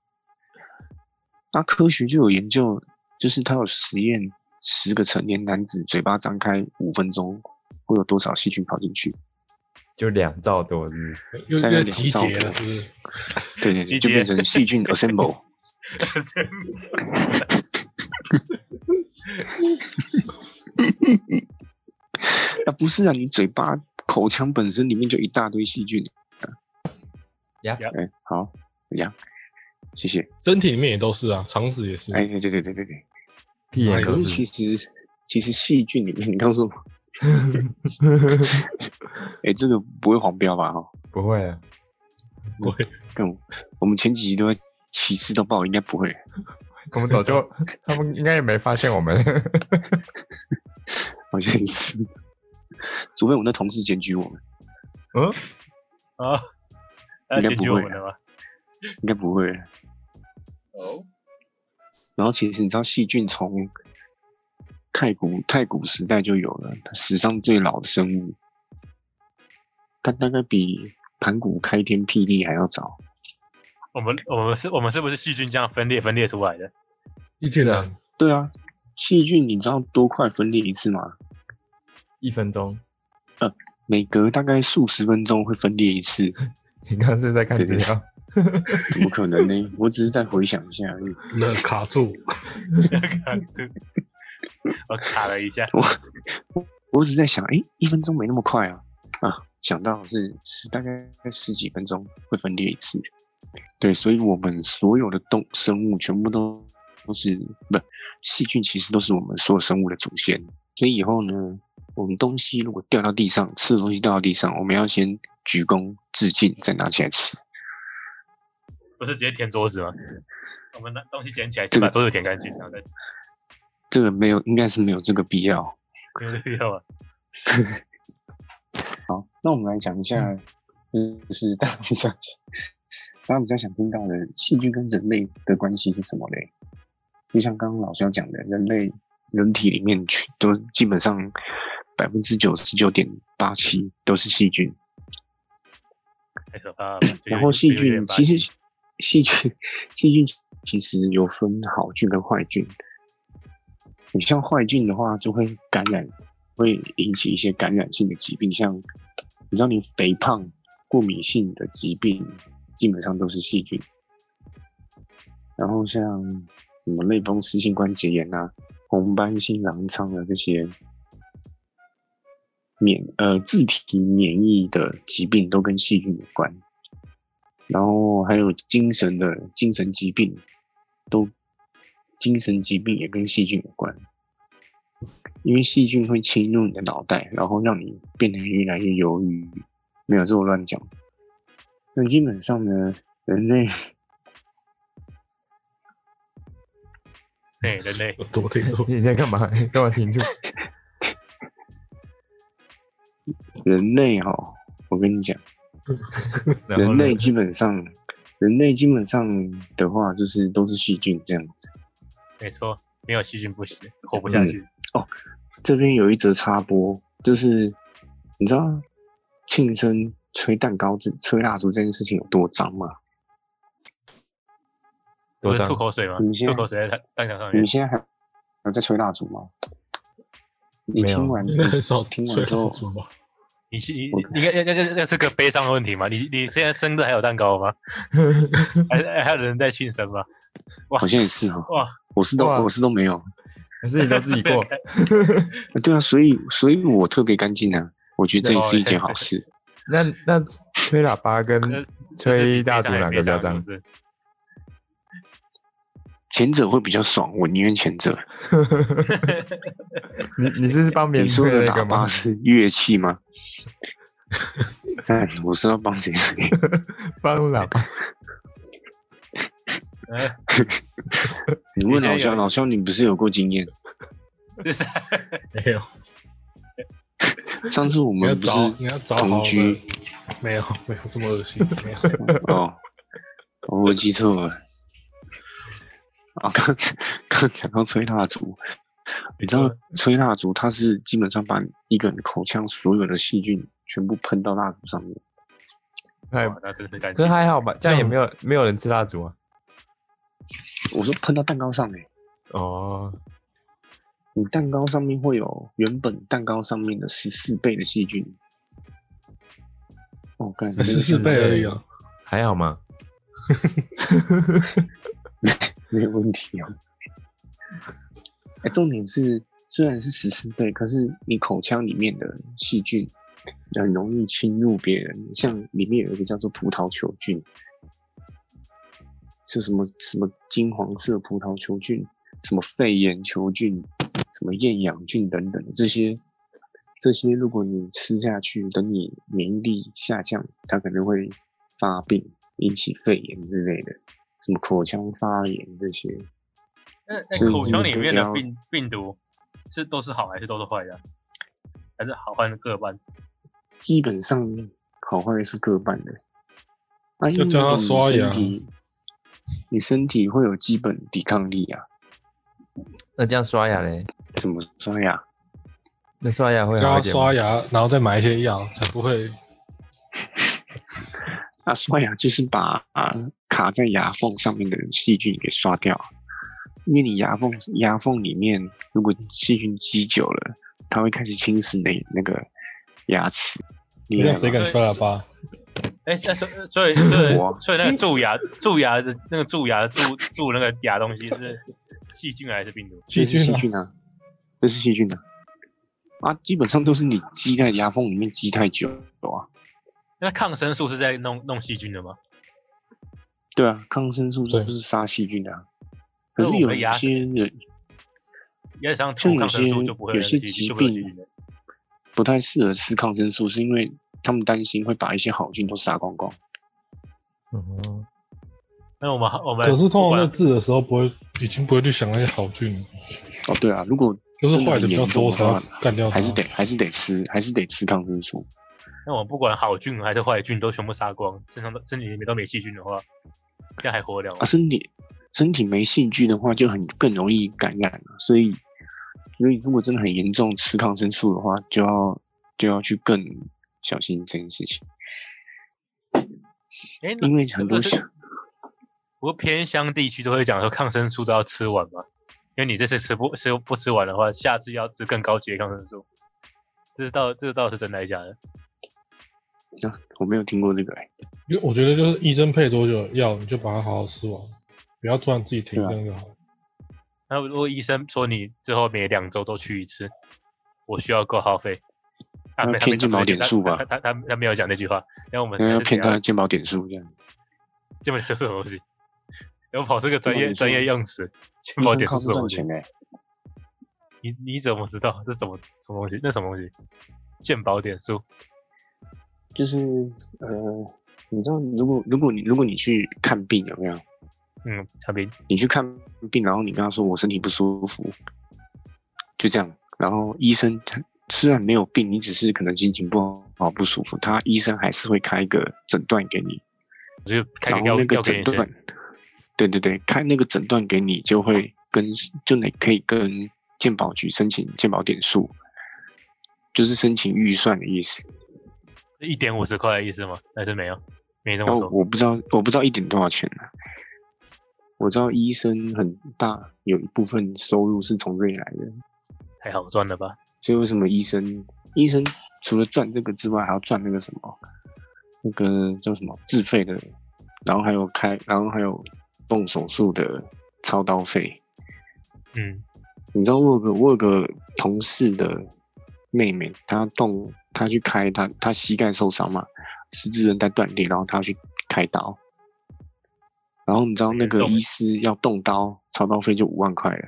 [SPEAKER 1] 那科学就有研究，就是他有实验，十个成年男子嘴巴张开五分钟，会有多少细菌跑进去？
[SPEAKER 3] 就两兆多是不是
[SPEAKER 2] 又
[SPEAKER 1] 大概
[SPEAKER 2] 又
[SPEAKER 1] 两
[SPEAKER 2] 集
[SPEAKER 1] 兆
[SPEAKER 2] 结了，
[SPEAKER 1] 多
[SPEAKER 2] 是不是？
[SPEAKER 1] 对对
[SPEAKER 4] 集
[SPEAKER 1] 对，就变
[SPEAKER 4] 结
[SPEAKER 1] 成细菌 assemble。啊，不是啊，你嘴巴、口腔本身里面就一大堆细菌。
[SPEAKER 3] 呀
[SPEAKER 4] 呀
[SPEAKER 1] 哎、好，呀，谢谢。
[SPEAKER 2] 身体里面也都是啊，肠子也是。
[SPEAKER 1] 哎、对对对对对对。
[SPEAKER 3] 屁眼
[SPEAKER 1] 可
[SPEAKER 3] 都
[SPEAKER 1] 是
[SPEAKER 3] 嗯是
[SPEAKER 1] 其。实其实细菌里面，你刚 说，哎、这个不会黄标吧？哈，
[SPEAKER 3] 不会啊，
[SPEAKER 2] 不会，
[SPEAKER 1] 跟我我们前几集都在歧视到爆，应该不会。
[SPEAKER 3] 我们早就， 他们应该也没发现我们。
[SPEAKER 1] 好像也是， 除非我们的同事检举我们，
[SPEAKER 3] 嗯，
[SPEAKER 4] 啊，那
[SPEAKER 1] 应该
[SPEAKER 4] 解
[SPEAKER 1] 不
[SPEAKER 4] 决我
[SPEAKER 1] 会啊
[SPEAKER 4] 们的吗？
[SPEAKER 1] 应该不会。
[SPEAKER 4] 哦，
[SPEAKER 1] 然后其实你知道，细菌从太古太古时代就有了，史上最老的生物，它大概比盘古开天辟地还要早。
[SPEAKER 4] 我们我们是我们是不是细菌这样分裂分裂出来的？
[SPEAKER 2] 一天啊，
[SPEAKER 1] 对啊，细菌你知道多快分裂一次吗？
[SPEAKER 3] 一分钟。
[SPEAKER 1] 每隔大概数十分钟会分裂一次，
[SPEAKER 3] 你刚刚是不是在看
[SPEAKER 1] 对
[SPEAKER 3] 资
[SPEAKER 1] 对
[SPEAKER 3] 料？
[SPEAKER 1] 怎么可能呢？我只是再回想一下而已。
[SPEAKER 2] 那卡住，
[SPEAKER 4] 我卡了一下，
[SPEAKER 1] 我只是在想，哎、一分钟没那么快啊啊！想到是是大概十几分钟会分裂一次，对，所以我们所有的动生物全部都都是不细菌，其实都是我们所有生物的祖先。所以以后呢，我们东西如果掉到地上，吃的东西掉到地上，我们要先鞠躬致敬，再拿起来吃。
[SPEAKER 4] 不是直接舔桌子吗？我们拿东西捡起来，先把桌子舔干净，然后再
[SPEAKER 1] 这个没有，应该是没有这个必要。
[SPEAKER 4] 没有这个必要吧？
[SPEAKER 1] 好，那我们来讲一下，就是大家比较大家比较想听到的细菌跟人类的关系是什么嘞？就像刚刚老师要讲的，人类人体里面去都基本上百分之九十九点八七都是细菌，
[SPEAKER 4] 太可怕了吧。这
[SPEAKER 1] 然
[SPEAKER 4] 有
[SPEAKER 1] 后细
[SPEAKER 4] 这有点
[SPEAKER 1] 菌
[SPEAKER 4] 把
[SPEAKER 1] 其实细菌细菌其实有分好菌跟坏菌。你像坏菌的话，就会感染，会引起一些感染性的疾病，像你知道你肥胖、过敏性的疾病，基本上都是细菌。然后像什么类风湿性关节炎啊、红斑性狼疮啊这些免呃自体免疫的疾病，都跟细菌有关。然后还有精神的精神疾病，都精神疾病也跟细菌有关，因为细菌会侵入你的脑袋，然后让你变得越来越忧郁。没有，这我乱讲。那基本上呢，人类
[SPEAKER 4] 对人类，
[SPEAKER 2] 我听说
[SPEAKER 3] 你在干嘛？干嘛停住？
[SPEAKER 1] 人类哈，我跟你讲，
[SPEAKER 3] 然后
[SPEAKER 1] 人
[SPEAKER 3] 呢
[SPEAKER 1] 类基本上，人类基本上的话就是都是细菌这样子。
[SPEAKER 4] 没错，没有细菌不行，活不下去。
[SPEAKER 1] 嗯这边有一则插播，就是你知道庆生吹蛋糕、这吹蜡烛这件事情有多脏吗？
[SPEAKER 4] 不
[SPEAKER 3] 多
[SPEAKER 4] 是
[SPEAKER 3] 脏
[SPEAKER 4] 吐？口水吗？
[SPEAKER 1] 你先
[SPEAKER 4] 吐口水在蛋蛋糕上
[SPEAKER 1] 你
[SPEAKER 4] 面
[SPEAKER 1] 们，现在还有在吹蜡烛吗？你
[SPEAKER 3] 没 有
[SPEAKER 1] 听 完
[SPEAKER 2] 应该很少
[SPEAKER 1] 听完
[SPEAKER 2] 吹
[SPEAKER 1] 之后
[SPEAKER 2] 蜡烛吧？
[SPEAKER 4] 你是你
[SPEAKER 1] 我
[SPEAKER 4] 你应该要要要要是个悲伤的问题吗？你你现在生的还有蛋 糕吗？还还有人在庆生吗？
[SPEAKER 1] 好像也是哈，
[SPEAKER 4] 哇，
[SPEAKER 1] 我是都
[SPEAKER 3] 哇
[SPEAKER 1] 我是都没有。
[SPEAKER 3] 还是你都自己过？
[SPEAKER 1] 对啊，所以所以我特别干净啊，我觉得这也是一件好事。
[SPEAKER 3] 那那吹喇叭跟吹蜡烛
[SPEAKER 4] 哪
[SPEAKER 3] 哪个比较脏？
[SPEAKER 1] 前者会比较爽，我宁愿前者。
[SPEAKER 3] 你你是帮别
[SPEAKER 1] 你
[SPEAKER 3] 人
[SPEAKER 1] 说
[SPEAKER 3] 吹
[SPEAKER 1] 的
[SPEAKER 3] 那个
[SPEAKER 1] 喇叭
[SPEAKER 3] 吗？
[SPEAKER 1] 是乐器吗？哎，我是要帮谁吹？
[SPEAKER 3] 帮喇叭？
[SPEAKER 4] 哎，
[SPEAKER 1] 你问老
[SPEAKER 4] 你现在
[SPEAKER 1] 肖，
[SPEAKER 4] 有
[SPEAKER 1] 老肖你不是有过经验？
[SPEAKER 4] 就是
[SPEAKER 2] 没有，
[SPEAKER 1] 上次我
[SPEAKER 2] 你要
[SPEAKER 1] 们不
[SPEAKER 2] 找
[SPEAKER 1] 是
[SPEAKER 2] 你要找
[SPEAKER 1] 同
[SPEAKER 2] 好
[SPEAKER 1] 居
[SPEAKER 2] 的，没有 没有这么 恶心，没有。
[SPEAKER 1] 哦，我记错了。啊，刚刚讲到吹蜡烛，你知道吹蜡烛它是基本上把一个人口腔所有的细菌全部喷到蜡烛上面。
[SPEAKER 3] 哎，
[SPEAKER 4] 哇那真是干
[SPEAKER 3] 可
[SPEAKER 4] 净
[SPEAKER 3] 是。还好吧，这样
[SPEAKER 2] 这
[SPEAKER 3] 也
[SPEAKER 2] 样
[SPEAKER 3] 没有没有人吃蜡烛啊。
[SPEAKER 1] 我说喷到蛋糕上面，
[SPEAKER 3] 哦，
[SPEAKER 1] 你蛋糕上面会有原本蛋糕上面的十四倍的细菌。哦，感觉
[SPEAKER 2] 十四倍而已啊，
[SPEAKER 3] 还好吗？
[SPEAKER 1] 没有问题哦。哎、重点是，虽然是十四倍，可是你口腔里面的细菌很容易侵入别人，像里面有一个叫做葡萄球菌，是什么什么金黄色葡萄球菌、什么肺炎球菌、什么厌氧菌等等的这些。这些如果你吃下去，等你免疫力下降，它可能会发病，引起肺炎之类的。什么口腔发炎这些，
[SPEAKER 4] 那那
[SPEAKER 1] 所以
[SPEAKER 4] 口
[SPEAKER 1] 你
[SPEAKER 4] 腔
[SPEAKER 1] 们
[SPEAKER 4] 里
[SPEAKER 1] 不
[SPEAKER 4] 面的
[SPEAKER 1] 要
[SPEAKER 4] 病病毒是都是好还是都是坏的？还是好坏各半？
[SPEAKER 1] 基本上好坏是各半的。啊，因为
[SPEAKER 2] 叫他
[SPEAKER 1] 你
[SPEAKER 2] 刷
[SPEAKER 1] 身
[SPEAKER 2] 牙
[SPEAKER 1] 体，你身体会有基本抵抗力啊，
[SPEAKER 3] 那这样刷牙嘞？
[SPEAKER 1] 怎么刷牙？
[SPEAKER 3] 那刷牙会
[SPEAKER 2] 叫
[SPEAKER 3] 好
[SPEAKER 2] 他
[SPEAKER 3] 一点吗
[SPEAKER 2] 刷？牙，然后再买一些药，才不会
[SPEAKER 1] 啊，刷牙就是把、啊、卡在牙缝上面的细菌给刷掉，啊因为你牙缝牙缝里面如果细菌积久了，它会开始侵蚀那那个牙齿。你
[SPEAKER 2] 这样谁敢吹喇叭？
[SPEAKER 4] 哎，那所所以所 以
[SPEAKER 1] 我
[SPEAKER 4] 所以那个蛀牙蛀牙的那个蛀牙蛀蛀那个牙东西是细菌还是病毒？
[SPEAKER 1] 这
[SPEAKER 2] 细
[SPEAKER 1] 是细
[SPEAKER 2] 菌啊，
[SPEAKER 1] 菌啊，这是细菌啊。啊，基本上都是你积在牙缝里面积太久了啊。
[SPEAKER 4] 那抗生素是在弄弄细菌的吗？
[SPEAKER 1] 对啊，抗生素
[SPEAKER 2] 对
[SPEAKER 1] 就是杀细菌的、啊。可
[SPEAKER 4] 可是
[SPEAKER 1] 是
[SPEAKER 4] 我
[SPEAKER 1] 有
[SPEAKER 4] 们牙
[SPEAKER 1] 些人
[SPEAKER 4] 牙齿上
[SPEAKER 1] 像有
[SPEAKER 4] 涂抗
[SPEAKER 1] 些
[SPEAKER 4] 生素就不会
[SPEAKER 1] 有
[SPEAKER 4] 人
[SPEAKER 1] 些
[SPEAKER 4] 体
[SPEAKER 1] 疾
[SPEAKER 4] 就不会有细
[SPEAKER 1] 病
[SPEAKER 4] 菌的
[SPEAKER 1] 不太适合吃抗生素，是因为他们担心会把一些好菌都杀光光。
[SPEAKER 3] 嗯哼
[SPEAKER 4] 那我们我们
[SPEAKER 2] 可是通常在
[SPEAKER 4] 不管
[SPEAKER 2] 治的时候不会，已经不会去想那些好菌了，
[SPEAKER 1] 哦，对啊，如果
[SPEAKER 2] 就是坏的比较多才要干掉它。
[SPEAKER 1] 还是得还是得吃，还是得吃抗生素。
[SPEAKER 4] 那我们不管好菌还是坏菌都全部杀光，身上都身体里面都没细菌的话，这样还活得了吗
[SPEAKER 1] 啊，？身体身体没细菌的话，就很更容易感染了。所以，所以如果真的很严重，吃抗生素的话，就要就要去更小心这件事情，
[SPEAKER 4] 哎、那
[SPEAKER 1] 因为很多
[SPEAKER 4] 不是
[SPEAKER 1] 小
[SPEAKER 4] 不过偏乡地区都会讲说抗生素都要吃完嘛，因为你这次吃不吃不吃完的话，下次要吃更高级的抗生素。这是倒这是倒是真的还是假的？
[SPEAKER 1] 啊我没有听过这个、欸，
[SPEAKER 2] 因为我觉得就是医生配多久药，你就把它好好吃完，不要突然自己停
[SPEAKER 1] 对啊
[SPEAKER 2] 这样就好了。
[SPEAKER 4] 那如果医生说你之后每两周都去一次，我需要够耗费。啊，
[SPEAKER 1] 那
[SPEAKER 4] 没他
[SPEAKER 1] 骗
[SPEAKER 4] 没
[SPEAKER 1] 健
[SPEAKER 4] 讲
[SPEAKER 1] 保
[SPEAKER 4] 这句
[SPEAKER 1] 点数吧嗯
[SPEAKER 4] 他他他他他没有讲那句话，然后我们
[SPEAKER 1] 因为
[SPEAKER 4] 还
[SPEAKER 1] 欸要
[SPEAKER 4] 是
[SPEAKER 1] 骗
[SPEAKER 4] 得
[SPEAKER 1] 他健保点数这样。
[SPEAKER 4] 健保点数是什么东西？然后跑这个
[SPEAKER 1] 健
[SPEAKER 4] 专
[SPEAKER 1] 保
[SPEAKER 4] 业
[SPEAKER 1] 点数啊
[SPEAKER 4] 专业用词，健
[SPEAKER 1] 医
[SPEAKER 4] 保
[SPEAKER 1] 生
[SPEAKER 4] 点数
[SPEAKER 1] 靠
[SPEAKER 4] 是
[SPEAKER 1] 这
[SPEAKER 4] 什
[SPEAKER 1] 赚
[SPEAKER 4] 么东西
[SPEAKER 1] 钱？嘞、欸
[SPEAKER 4] 你你怎么知道这什么什么东西？那什么东西？鉴宝点数
[SPEAKER 1] 就是呃，你知道，如果如果你如果你去看病有没有？
[SPEAKER 4] 嗯，小平，
[SPEAKER 1] 你去看病，然后你跟他说我身体不舒服，就这样。然后医生他虽然没有病，你只是可能心情不好不舒服，他医生还是会开一个诊断给你，
[SPEAKER 4] 我就开
[SPEAKER 1] 然
[SPEAKER 4] 个
[SPEAKER 1] 后
[SPEAKER 4] 药
[SPEAKER 1] 那个
[SPEAKER 4] 药给
[SPEAKER 1] 诊
[SPEAKER 4] 你
[SPEAKER 1] 断
[SPEAKER 4] 先。，
[SPEAKER 1] 对对对，开那个诊断给你就会跟就你可以跟健保局申请健保点数，就是申请预算的意思。
[SPEAKER 4] 一点五十块的意思吗？还是没有？没那
[SPEAKER 1] 然
[SPEAKER 4] 么
[SPEAKER 1] 后
[SPEAKER 4] 多。
[SPEAKER 1] 哦我不知道，我不知道一点多少钱啊。我知道医生很大有一部分收入是从这里来的，
[SPEAKER 4] 太好赚了吧？
[SPEAKER 1] 所以为什么医生医生除了赚这个之外，还要赚那个什么，那个叫什么自费的，然后还有开，然后还有动手术的操刀费。
[SPEAKER 4] 嗯，
[SPEAKER 1] 你知道我有个我有个同事的妹妹，她动她去开她她膝盖受伤嘛，十字韧带断裂，然后她去开刀，然后你知道那
[SPEAKER 4] 很
[SPEAKER 1] 个
[SPEAKER 4] 严重
[SPEAKER 1] 医师要动刀，操刀费就五万块了。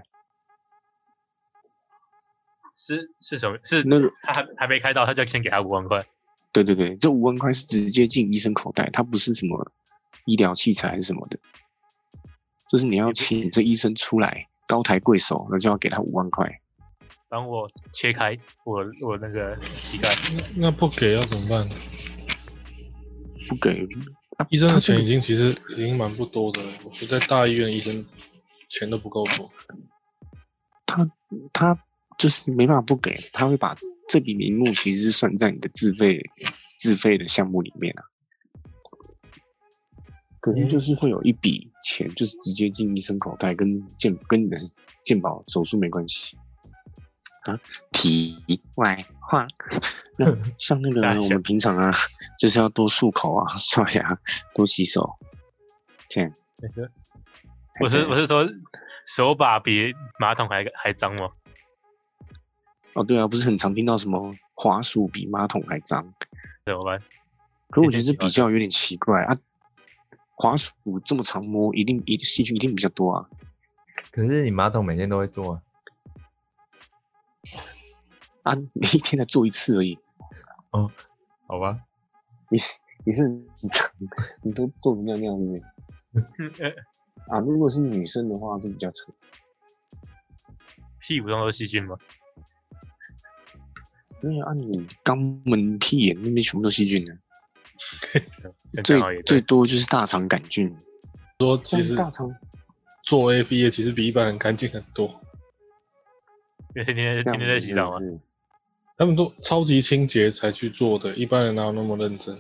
[SPEAKER 4] 是是什么？是
[SPEAKER 1] 那个
[SPEAKER 4] 他还还没开到，他就先给他五万块。
[SPEAKER 1] 对对对，这五万块是直接进医生口袋，它不是什么医疗器材还是什么的，就是你要请这医生出来高抬贵手，那就要给他五万块。
[SPEAKER 4] 帮我切开我我那个膝 盖，
[SPEAKER 2] 那不给要怎么办？
[SPEAKER 1] 不给啊
[SPEAKER 2] 医生的
[SPEAKER 1] 他这
[SPEAKER 2] 钱
[SPEAKER 1] 个
[SPEAKER 2] 已经其实已经蛮不多的了，我觉得在大医院医生钱都不够付。
[SPEAKER 1] 他就是没办法不给，他会把这笔名目其实是算在你的自费自费的项目里面啊。可是就是会有一笔钱，就是直接进医生口袋，跟健跟你的健保手术没关系啊。题外话，那像那
[SPEAKER 4] 傻
[SPEAKER 1] 个
[SPEAKER 4] 笑
[SPEAKER 1] 我们平常啊，就是要多漱口啊、刷牙、多洗手，这样。
[SPEAKER 4] 我是我是说手把比马桶还还脏吗？
[SPEAKER 1] 哦，对啊，不是很常听到什么滑鼠比马桶还脏。
[SPEAKER 4] 怎么办？
[SPEAKER 1] 可我觉得这
[SPEAKER 4] 有点奇怪
[SPEAKER 1] 比较有点奇怪啊，滑鼠这么长摸，一定一定细菌一定比较多啊。
[SPEAKER 3] 可是你马桶每天都会做啊，
[SPEAKER 1] 啊， 你一天才做一次而已，
[SPEAKER 3] 好吧？
[SPEAKER 1] 你是你长你都做成那样样子
[SPEAKER 4] 嗯呃
[SPEAKER 1] 啊？如果是女生的话，就比较长。
[SPEAKER 4] 屁股上都是细菌吗？
[SPEAKER 1] 因为啊，你肛门、屁眼那边全部都细菌呢、
[SPEAKER 4] 这样
[SPEAKER 1] 最
[SPEAKER 4] 讲好也
[SPEAKER 1] 最
[SPEAKER 4] 对。
[SPEAKER 1] 多就是大肠杆菌。
[SPEAKER 2] 说其
[SPEAKER 1] 但是
[SPEAKER 2] 实
[SPEAKER 1] 大肠
[SPEAKER 2] 做 A V 业其实比一般人干净很多，
[SPEAKER 4] 因为天天
[SPEAKER 1] 这
[SPEAKER 4] 天
[SPEAKER 1] 样
[SPEAKER 4] 天在洗澡
[SPEAKER 1] 嘛
[SPEAKER 4] 嘛，，
[SPEAKER 2] 他们都超级清洁才去做的，一般人哪有那么认真？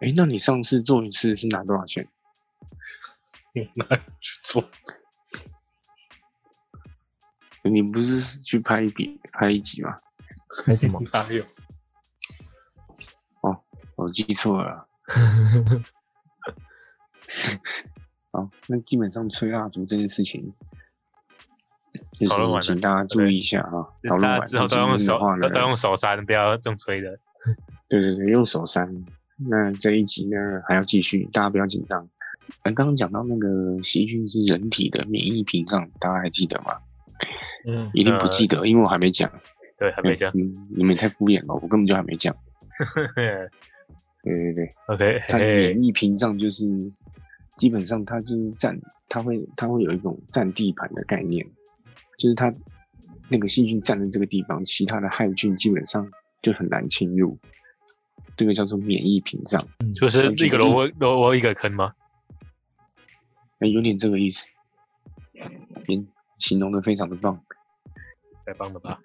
[SPEAKER 1] 哎、那你上次做一次是拿多少钱？
[SPEAKER 2] 哪有去做？
[SPEAKER 1] 你不是去拍一笔拍一集吗？
[SPEAKER 3] 为什 么？
[SPEAKER 2] 哪有？
[SPEAKER 1] 我记错了啊。好，啊那基本上吹蜡烛这件事情，就
[SPEAKER 4] 讨论
[SPEAKER 1] 是
[SPEAKER 4] 完
[SPEAKER 1] 请
[SPEAKER 4] 了
[SPEAKER 1] 大家注意一下哈。讨论
[SPEAKER 4] 大
[SPEAKER 1] 完
[SPEAKER 4] 家之后
[SPEAKER 1] 了今
[SPEAKER 4] 都用
[SPEAKER 1] 天的
[SPEAKER 4] 手
[SPEAKER 1] 话呢
[SPEAKER 4] 都，都用手扇，不要用吹的。
[SPEAKER 1] 对对对，用手扇。那这一集呢还要继续，大家不要紧张。呃刚刚讲到那个细菌是人体的免疫屏障，大家还记得吗？
[SPEAKER 2] 嗯，
[SPEAKER 1] 一定不
[SPEAKER 4] 呃
[SPEAKER 1] 记得，因为我还没讲。嗯
[SPEAKER 4] 对，还没讲。
[SPEAKER 1] 嗯，你们也太敷衍了，我根本就还没讲。对对对，
[SPEAKER 4] OK，
[SPEAKER 1] 它的
[SPEAKER 4] 嘿
[SPEAKER 1] 免疫屏障就是基本上它就是占，它会它会有一种占地盘的概念，就是它那个细菌占了这个地方，其他的害菌基本上就很难侵入，这个叫做免疫屏障，
[SPEAKER 4] 就是一个萝卜萝卜一个坑吗？
[SPEAKER 1] 哎，有点这个意思，嗯，形容的非常的棒。
[SPEAKER 4] 太棒
[SPEAKER 1] 啊
[SPEAKER 4] 了吧！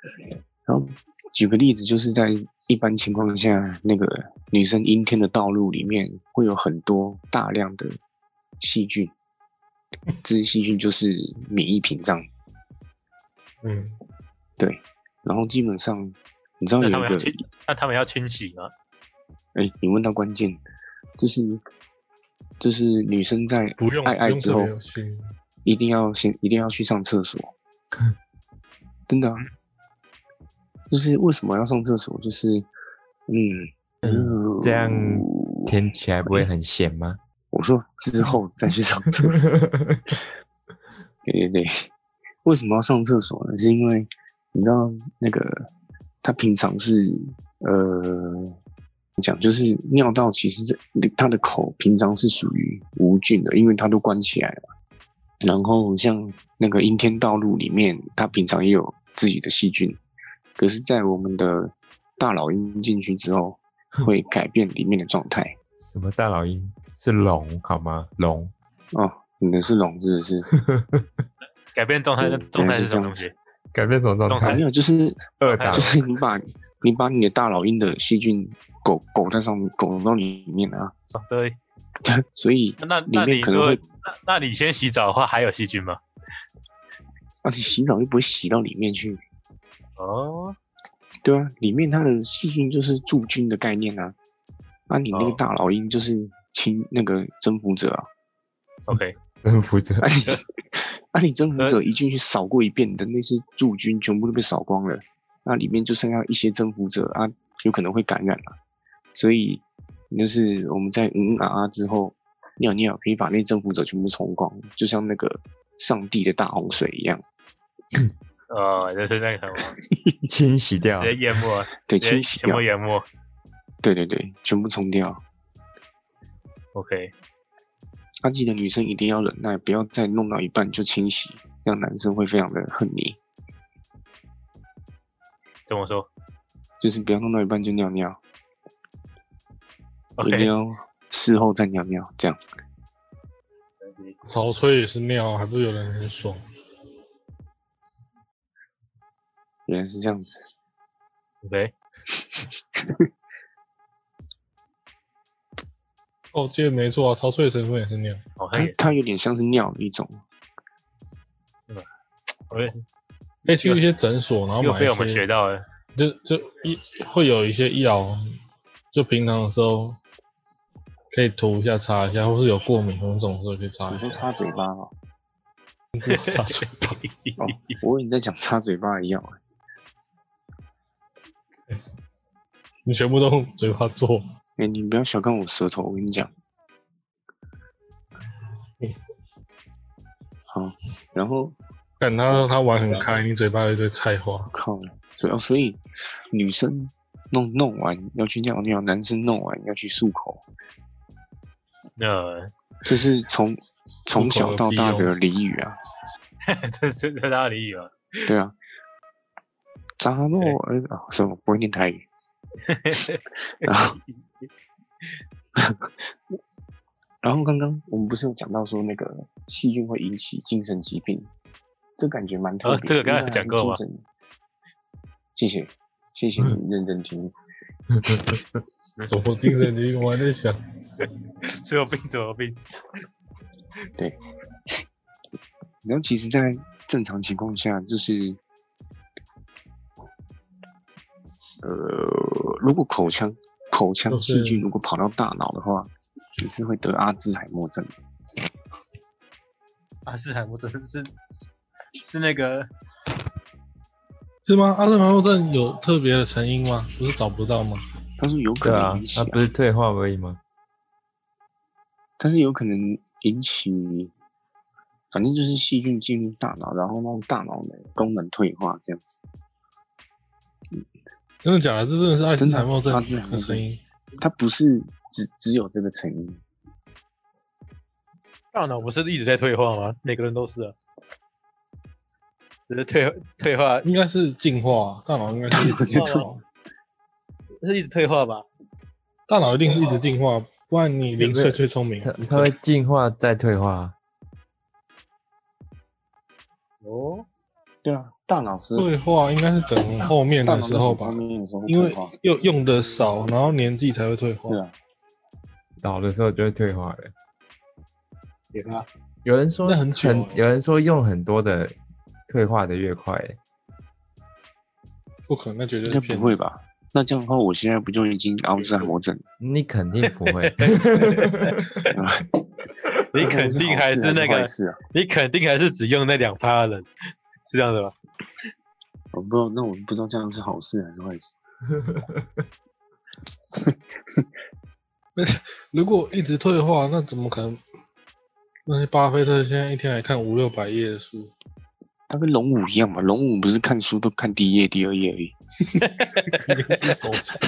[SPEAKER 1] 然后举个例子，就是在一般情况下，那个女生阴天的道路里面会有很多大量的细菌，这些细菌就是免疫屏障。
[SPEAKER 2] 嗯，
[SPEAKER 1] 然后基本上，你知道有
[SPEAKER 4] 那
[SPEAKER 1] 一
[SPEAKER 4] 他们要
[SPEAKER 1] 个，
[SPEAKER 4] 清， 那他们要清洗吗？
[SPEAKER 1] 哎，你问到关键，就是就是女生在
[SPEAKER 2] 不用
[SPEAKER 1] 爱
[SPEAKER 2] 不
[SPEAKER 1] 爱
[SPEAKER 2] 用
[SPEAKER 1] 之
[SPEAKER 2] 特
[SPEAKER 1] 后
[SPEAKER 2] 别，有心，
[SPEAKER 1] 一定要先一定要去上厕所，真的啊、就是为什么要上厕所？就是嗯。嗯
[SPEAKER 3] 这样听起来不会很咸吗？
[SPEAKER 1] 我说之后再去上厕所。 对对对，为什么要上厕所呢？是因为你知道那个他平常是呃，怎么讲就是尿道其实是他的口平常是属于无菌的，因为他都关起来了。然后像那个阴天道路里面，它平常也有自己的细菌，可是，在我们的大脑阴进去之后，会改变里面的状态。
[SPEAKER 3] 什么大老鹰是龙好吗？龙
[SPEAKER 1] 哦，你的是龙是不是？
[SPEAKER 4] 改变状态，
[SPEAKER 1] 嗯
[SPEAKER 4] 状态是什么东西？
[SPEAKER 3] 改变什么状
[SPEAKER 4] 状态
[SPEAKER 1] 啊没
[SPEAKER 3] 态？
[SPEAKER 1] 有，就是
[SPEAKER 3] 二打
[SPEAKER 1] 就是你把你把你的大老鹰的细菌狗狗在上面，狗到里面啊，
[SPEAKER 4] 所以
[SPEAKER 1] 所以
[SPEAKER 4] 哦那
[SPEAKER 1] 里
[SPEAKER 4] 那
[SPEAKER 1] 面
[SPEAKER 4] 你
[SPEAKER 1] 可
[SPEAKER 4] 如
[SPEAKER 1] 能
[SPEAKER 4] 果
[SPEAKER 1] 会
[SPEAKER 4] 那那你先洗澡的话，还有细菌吗？
[SPEAKER 1] 而且啊洗澡又不会洗到里面去，
[SPEAKER 4] 哦，
[SPEAKER 1] 对啊，里面它的细菌就是驻菌的概念啊，啊，你那个
[SPEAKER 4] 哦
[SPEAKER 1] 大老鹰就是侵那个征服者啊，
[SPEAKER 4] OK，
[SPEAKER 3] 征服者
[SPEAKER 1] 啊你啊你
[SPEAKER 4] 呃
[SPEAKER 1] 征服者一进去扫过一遍，你的那些驻菌全部都被扫光了，那里面就剩下一些征服者啊，有可能会感染了、啊所以就是我们在嗯嗯啊啊之后尿尿可以把那征服者全部冲光，就像那个上帝的大洪水一样，
[SPEAKER 4] 呃，就是那个什么，
[SPEAKER 3] 清洗掉
[SPEAKER 4] 直接淹没，啊
[SPEAKER 1] 对，
[SPEAKER 4] 直接
[SPEAKER 1] 清洗啊
[SPEAKER 4] 哎全
[SPEAKER 1] 掉
[SPEAKER 4] 部，淹没。
[SPEAKER 1] 对对对，全部冲掉。
[SPEAKER 4] OK，
[SPEAKER 1] 啊，记得女生一定要忍耐，不要再弄到一半就清洗，这样男生会非常的恨你，
[SPEAKER 4] 怎么说
[SPEAKER 1] 就是不要弄到一半就尿尿，一定
[SPEAKER 4] ？OK，
[SPEAKER 1] 要事后再尿尿，这样。
[SPEAKER 2] 潮吹也是尿，还不是有人很爽。
[SPEAKER 1] 原来是这样子。
[SPEAKER 4] OK，
[SPEAKER 2] 哦，这个没错啊，潮吹的成分也是尿。
[SPEAKER 4] 好
[SPEAKER 1] 它
[SPEAKER 4] 像也
[SPEAKER 1] 它有点像是尿的一种，
[SPEAKER 4] OK，
[SPEAKER 2] 可以去一些诊所，然后
[SPEAKER 4] 又
[SPEAKER 2] 买
[SPEAKER 4] 被
[SPEAKER 2] 啊一
[SPEAKER 4] 我们学
[SPEAKER 2] 些，
[SPEAKER 4] 到了。
[SPEAKER 2] 就就一会有一些药，就平常的时候可以涂一下、擦一下，或是有过敏红肿的时候可以擦
[SPEAKER 1] 你
[SPEAKER 2] 一
[SPEAKER 1] 说
[SPEAKER 2] 下。
[SPEAKER 1] 擦嘴巴哦？
[SPEAKER 2] 不要 擦嘴巴，
[SPEAKER 1] 哦，我以为你在讲擦嘴巴的哦药，
[SPEAKER 2] 你全部都用嘴巴做。
[SPEAKER 1] 哎、你不要小看我舌头，我跟你讲。好，然后
[SPEAKER 2] 看他他玩很开，你嘴巴有一堆菜花。
[SPEAKER 1] 靠，所以哦，所以女生弄弄完要去尿尿，男生弄完要去漱口，
[SPEAKER 4] 那
[SPEAKER 1] 这是从从
[SPEAKER 2] 漱口
[SPEAKER 1] 小
[SPEAKER 2] 有
[SPEAKER 1] 到
[SPEAKER 2] 屁
[SPEAKER 1] 大
[SPEAKER 2] 用
[SPEAKER 1] 的俚语啊。
[SPEAKER 4] 这这这哪里有啊？
[SPEAKER 1] 对啊，扎诺尔啊，什么不会念台语？然后，然后刚刚我们不是有讲到说那个细菌会引起精神疾病，这感觉蛮特别
[SPEAKER 4] 啊
[SPEAKER 1] 的、
[SPEAKER 4] 这个刚才
[SPEAKER 1] 因为它
[SPEAKER 4] 讲过
[SPEAKER 1] 精
[SPEAKER 4] 吗
[SPEAKER 1] 神谢谢，谢谢
[SPEAKER 3] 嗯
[SPEAKER 1] 你认真听。
[SPEAKER 2] 什么精神疾病？我还在想，
[SPEAKER 4] 是有病，是有病。
[SPEAKER 1] 然后其实，在正常情况下，就是，呃，如果口腔口腔
[SPEAKER 2] 就是
[SPEAKER 1] 细菌如果跑到大脑的话，你是会得阿兹海默症。
[SPEAKER 4] 阿斯海默症是是那个
[SPEAKER 2] 是吗？阿兹海默症有特别的成因吗？不是找不到吗？
[SPEAKER 1] 他说有可
[SPEAKER 3] 对啊
[SPEAKER 1] 能引，起、
[SPEAKER 3] 它不是退化而已吗？
[SPEAKER 1] 但是有可能引起，反正就是细菌进入大脑，然后让大脑的功能退化这样子。
[SPEAKER 2] 真的假的？这真的是阿兹海默症
[SPEAKER 1] 真的阿兹海默
[SPEAKER 2] 的
[SPEAKER 1] 症
[SPEAKER 2] 成因？
[SPEAKER 1] 它不是只只有这个成因。
[SPEAKER 4] 大脑不是一直在退化吗？每个人都是啊，只是退退化
[SPEAKER 2] 应该是进化，啊大脑应该 是一直进
[SPEAKER 4] 进化
[SPEAKER 2] 化，
[SPEAKER 4] 是一直退化吧？
[SPEAKER 2] 大脑一定是一直进化，不然你零
[SPEAKER 3] 有没
[SPEAKER 2] 岁
[SPEAKER 3] 有
[SPEAKER 2] 最聪明。
[SPEAKER 3] 它它会进化再退化，
[SPEAKER 4] 哦，
[SPEAKER 1] 对啊，大脑是
[SPEAKER 2] 退化应该是整后面
[SPEAKER 1] 大
[SPEAKER 2] 的
[SPEAKER 1] 脑
[SPEAKER 2] 时候吧
[SPEAKER 1] 方，面的时候
[SPEAKER 2] 因
[SPEAKER 1] 退
[SPEAKER 2] 为哦
[SPEAKER 1] 化，
[SPEAKER 2] 又用的少，然后年纪才会退化
[SPEAKER 1] 对。啊，
[SPEAKER 3] 老的时候就会退化了。
[SPEAKER 4] 也
[SPEAKER 1] 啊
[SPEAKER 4] 吧，
[SPEAKER 3] 有人说
[SPEAKER 2] 那很久欸
[SPEAKER 3] 有人说用很多的退化的越快欸，
[SPEAKER 2] 不可能，那绝对
[SPEAKER 1] 应该
[SPEAKER 2] 是骗
[SPEAKER 1] 不会
[SPEAKER 2] 人。
[SPEAKER 1] 吧？那这样的话，我现在不就已经阿兹海默症？
[SPEAKER 3] 你肯定不会。
[SPEAKER 4] 你肯定还
[SPEAKER 1] 还
[SPEAKER 4] 是那个，
[SPEAKER 1] 是啊？
[SPEAKER 4] 你肯定还是只用那两趴的人，是这样的吧？
[SPEAKER 1] 我不知道，那我不知道这样是好事还是坏 事。
[SPEAKER 2] 如果一直退化，那怎么可能？那些巴菲特现在一天还看五六百页的书，
[SPEAKER 1] 他跟龙五一样嘛，龙五不是看书都看第一页、第二页而已，
[SPEAKER 2] 一定是手残。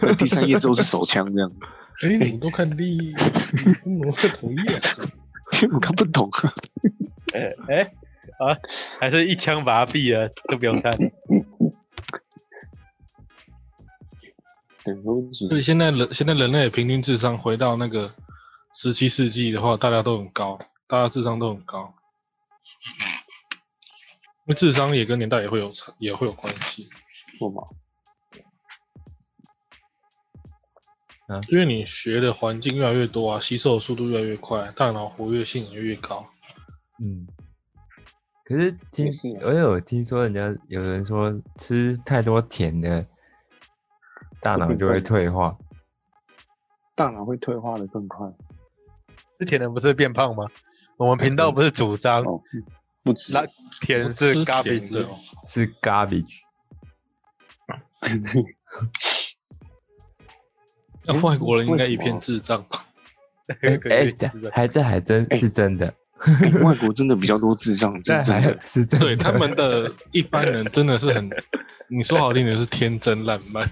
[SPEAKER 1] 那第三页之后是手枪这样子。
[SPEAKER 2] 哎，你们都看第 一，你们会同意啊？
[SPEAKER 1] 我看不懂，
[SPEAKER 4] 哎 哎啊，还是一枪把他毙了，就不用 看。
[SPEAKER 1] 对，我其
[SPEAKER 2] 所
[SPEAKER 1] 实
[SPEAKER 2] 以现在人现在人类的平均智商回到那个十七世纪的话，大家都很高，大家智商都很高。因为智商也跟年代也会有差，也会有关系，
[SPEAKER 1] 错嘛。
[SPEAKER 2] 因为你学的环境越来越多啊，吸收的速度越来越快，啊大脑活跃性也越高。
[SPEAKER 3] 嗯，可是听
[SPEAKER 1] 也是啊
[SPEAKER 3] 我有听说人家有人说吃太多甜的，大
[SPEAKER 1] 会
[SPEAKER 3] 脑
[SPEAKER 1] 变
[SPEAKER 3] 就会
[SPEAKER 1] 笨
[SPEAKER 3] 退化。
[SPEAKER 1] 大脑会退化的更快
[SPEAKER 4] 之前人不是变胖吗？我们频道不是主张
[SPEAKER 1] 哦，不止
[SPEAKER 4] 呃那甜是
[SPEAKER 2] 吃
[SPEAKER 4] garbage
[SPEAKER 2] 甜的哦，
[SPEAKER 3] 是 garbage，
[SPEAKER 2] 那
[SPEAKER 1] 诶
[SPEAKER 2] 外国人应该
[SPEAKER 1] 为什
[SPEAKER 2] 一
[SPEAKER 1] 么
[SPEAKER 2] 片智障吧？
[SPEAKER 4] 那个
[SPEAKER 3] 哎、
[SPEAKER 4] 可以
[SPEAKER 3] 这
[SPEAKER 4] 吃的哦
[SPEAKER 3] 还这还真是真的，
[SPEAKER 1] 哎 外国真的比较多智障，这
[SPEAKER 3] 这
[SPEAKER 1] 是真的
[SPEAKER 3] 还。是真的。
[SPEAKER 2] 对他们的一般人真的是很，你说好听点是天真烂漫，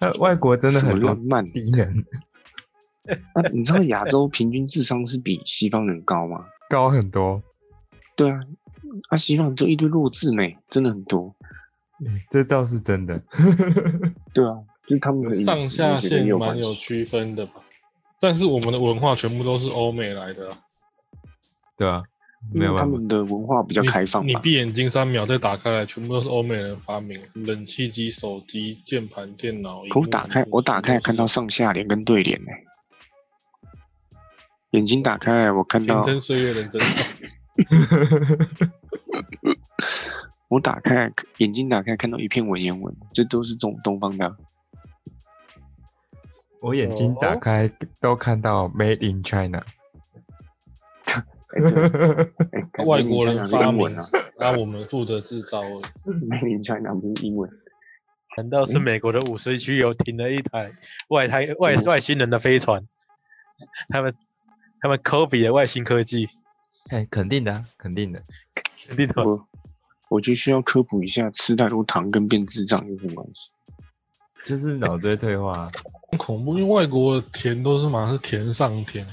[SPEAKER 3] 呃 外国真的
[SPEAKER 1] 什么
[SPEAKER 3] 很多
[SPEAKER 1] 浪漫
[SPEAKER 3] 低能，
[SPEAKER 1] 啊！你知道亚洲平均智商是比西方人高吗？
[SPEAKER 3] 高很多。
[SPEAKER 1] 对啊，啊，西方人就一堆弱智美，真的很多。
[SPEAKER 3] 嗯这倒是真的，
[SPEAKER 1] 对啊，就是他们的饮食
[SPEAKER 2] 上下
[SPEAKER 1] 我觉得也
[SPEAKER 2] 限
[SPEAKER 1] 有
[SPEAKER 2] 蛮
[SPEAKER 1] 关
[SPEAKER 2] 有
[SPEAKER 1] 系。
[SPEAKER 2] 区分的吧。但是我们的文化全部都是欧美来的啊、
[SPEAKER 3] 对吧、啊？
[SPEAKER 1] 因
[SPEAKER 3] 没
[SPEAKER 1] 为
[SPEAKER 3] 有
[SPEAKER 1] 嗯他
[SPEAKER 3] 办法，
[SPEAKER 1] 们的文化比较开放
[SPEAKER 2] 你。你
[SPEAKER 1] 吧。
[SPEAKER 2] 闭眼睛三秒再打开来，全部都是欧美人发明，冷气机、手机、键盘、电脑。
[SPEAKER 1] 可
[SPEAKER 2] 荧
[SPEAKER 1] 我
[SPEAKER 2] 幕
[SPEAKER 1] 打开，我打开看到上下联跟对联呢、眼睛打开来，我看
[SPEAKER 2] 天
[SPEAKER 1] 到
[SPEAKER 2] 真岁月人 真少。
[SPEAKER 1] 我打开来眼睛打开看到一片文言文，这都是中东方的啊。
[SPEAKER 3] 我眼睛打
[SPEAKER 4] 哦
[SPEAKER 3] 开都看到 Made in China，
[SPEAKER 1] 哎对啊哎看
[SPEAKER 2] 外国人
[SPEAKER 1] Made in China 是
[SPEAKER 2] 发
[SPEAKER 1] 英
[SPEAKER 2] 明
[SPEAKER 1] 文啊，
[SPEAKER 2] 那我们负责制造而已。
[SPEAKER 1] ，Made in China 不是英文。
[SPEAKER 4] 难道是美国的五十区有停了一台外太外
[SPEAKER 1] 嗯
[SPEAKER 4] 外星人的飞船？他们他们 copy 的外星科技，
[SPEAKER 3] 哎、肯定的、啊，肯定的。
[SPEAKER 4] 肯定的吧。
[SPEAKER 1] 我我觉得需要科普一下，吃太多糖跟变智障有什么关系？
[SPEAKER 3] 就是脑子会退化啊、
[SPEAKER 2] 很恐怖，因为外国甜都是嘛是甜上甜，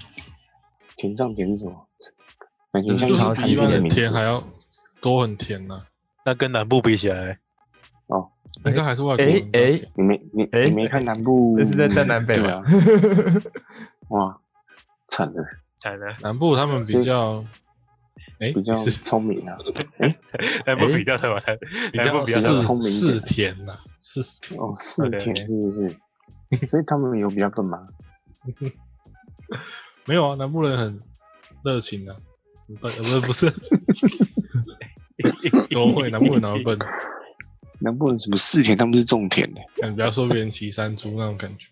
[SPEAKER 1] 甜上甜是什么？感觉
[SPEAKER 3] 就是
[SPEAKER 1] 像
[SPEAKER 3] 超
[SPEAKER 2] 就是
[SPEAKER 1] 台
[SPEAKER 2] 比一
[SPEAKER 3] 级
[SPEAKER 1] 湾
[SPEAKER 2] 般
[SPEAKER 1] 的
[SPEAKER 2] 的
[SPEAKER 1] 名
[SPEAKER 2] 甜
[SPEAKER 1] 字
[SPEAKER 2] 还要多很甜呐、
[SPEAKER 4] 那跟南部比起来，
[SPEAKER 2] 应该还是外国人比较
[SPEAKER 3] 哎哎嗯
[SPEAKER 2] 甜。
[SPEAKER 1] 你没你
[SPEAKER 3] 哎
[SPEAKER 1] 你没看南部？
[SPEAKER 3] 这是在站南北
[SPEAKER 1] 对
[SPEAKER 3] 吧
[SPEAKER 1] 啊， 哇，惨了，
[SPEAKER 2] 哎
[SPEAKER 4] 惨了，
[SPEAKER 2] 南部他们比较，哎、
[SPEAKER 1] 比较
[SPEAKER 2] 是
[SPEAKER 1] 聪明 啊。
[SPEAKER 4] 南部
[SPEAKER 3] 哎
[SPEAKER 4] 比较台湾，
[SPEAKER 2] 比
[SPEAKER 4] 南
[SPEAKER 2] 较
[SPEAKER 4] 部比较台
[SPEAKER 1] 是
[SPEAKER 4] 湾
[SPEAKER 1] 聪明一点
[SPEAKER 2] 是甜呐、是甜。
[SPEAKER 1] 哦，四
[SPEAKER 4] OK，OK
[SPEAKER 1] 天是不是？所以他们有比较笨吗？
[SPEAKER 2] 没有啊，南部人很热情啊，很笨，呃不是不是，怎么会？南部人哪会笨？啊
[SPEAKER 1] 南部人什么四田，他们是种田的，
[SPEAKER 2] 感不要说别人骑山猪那种感觉。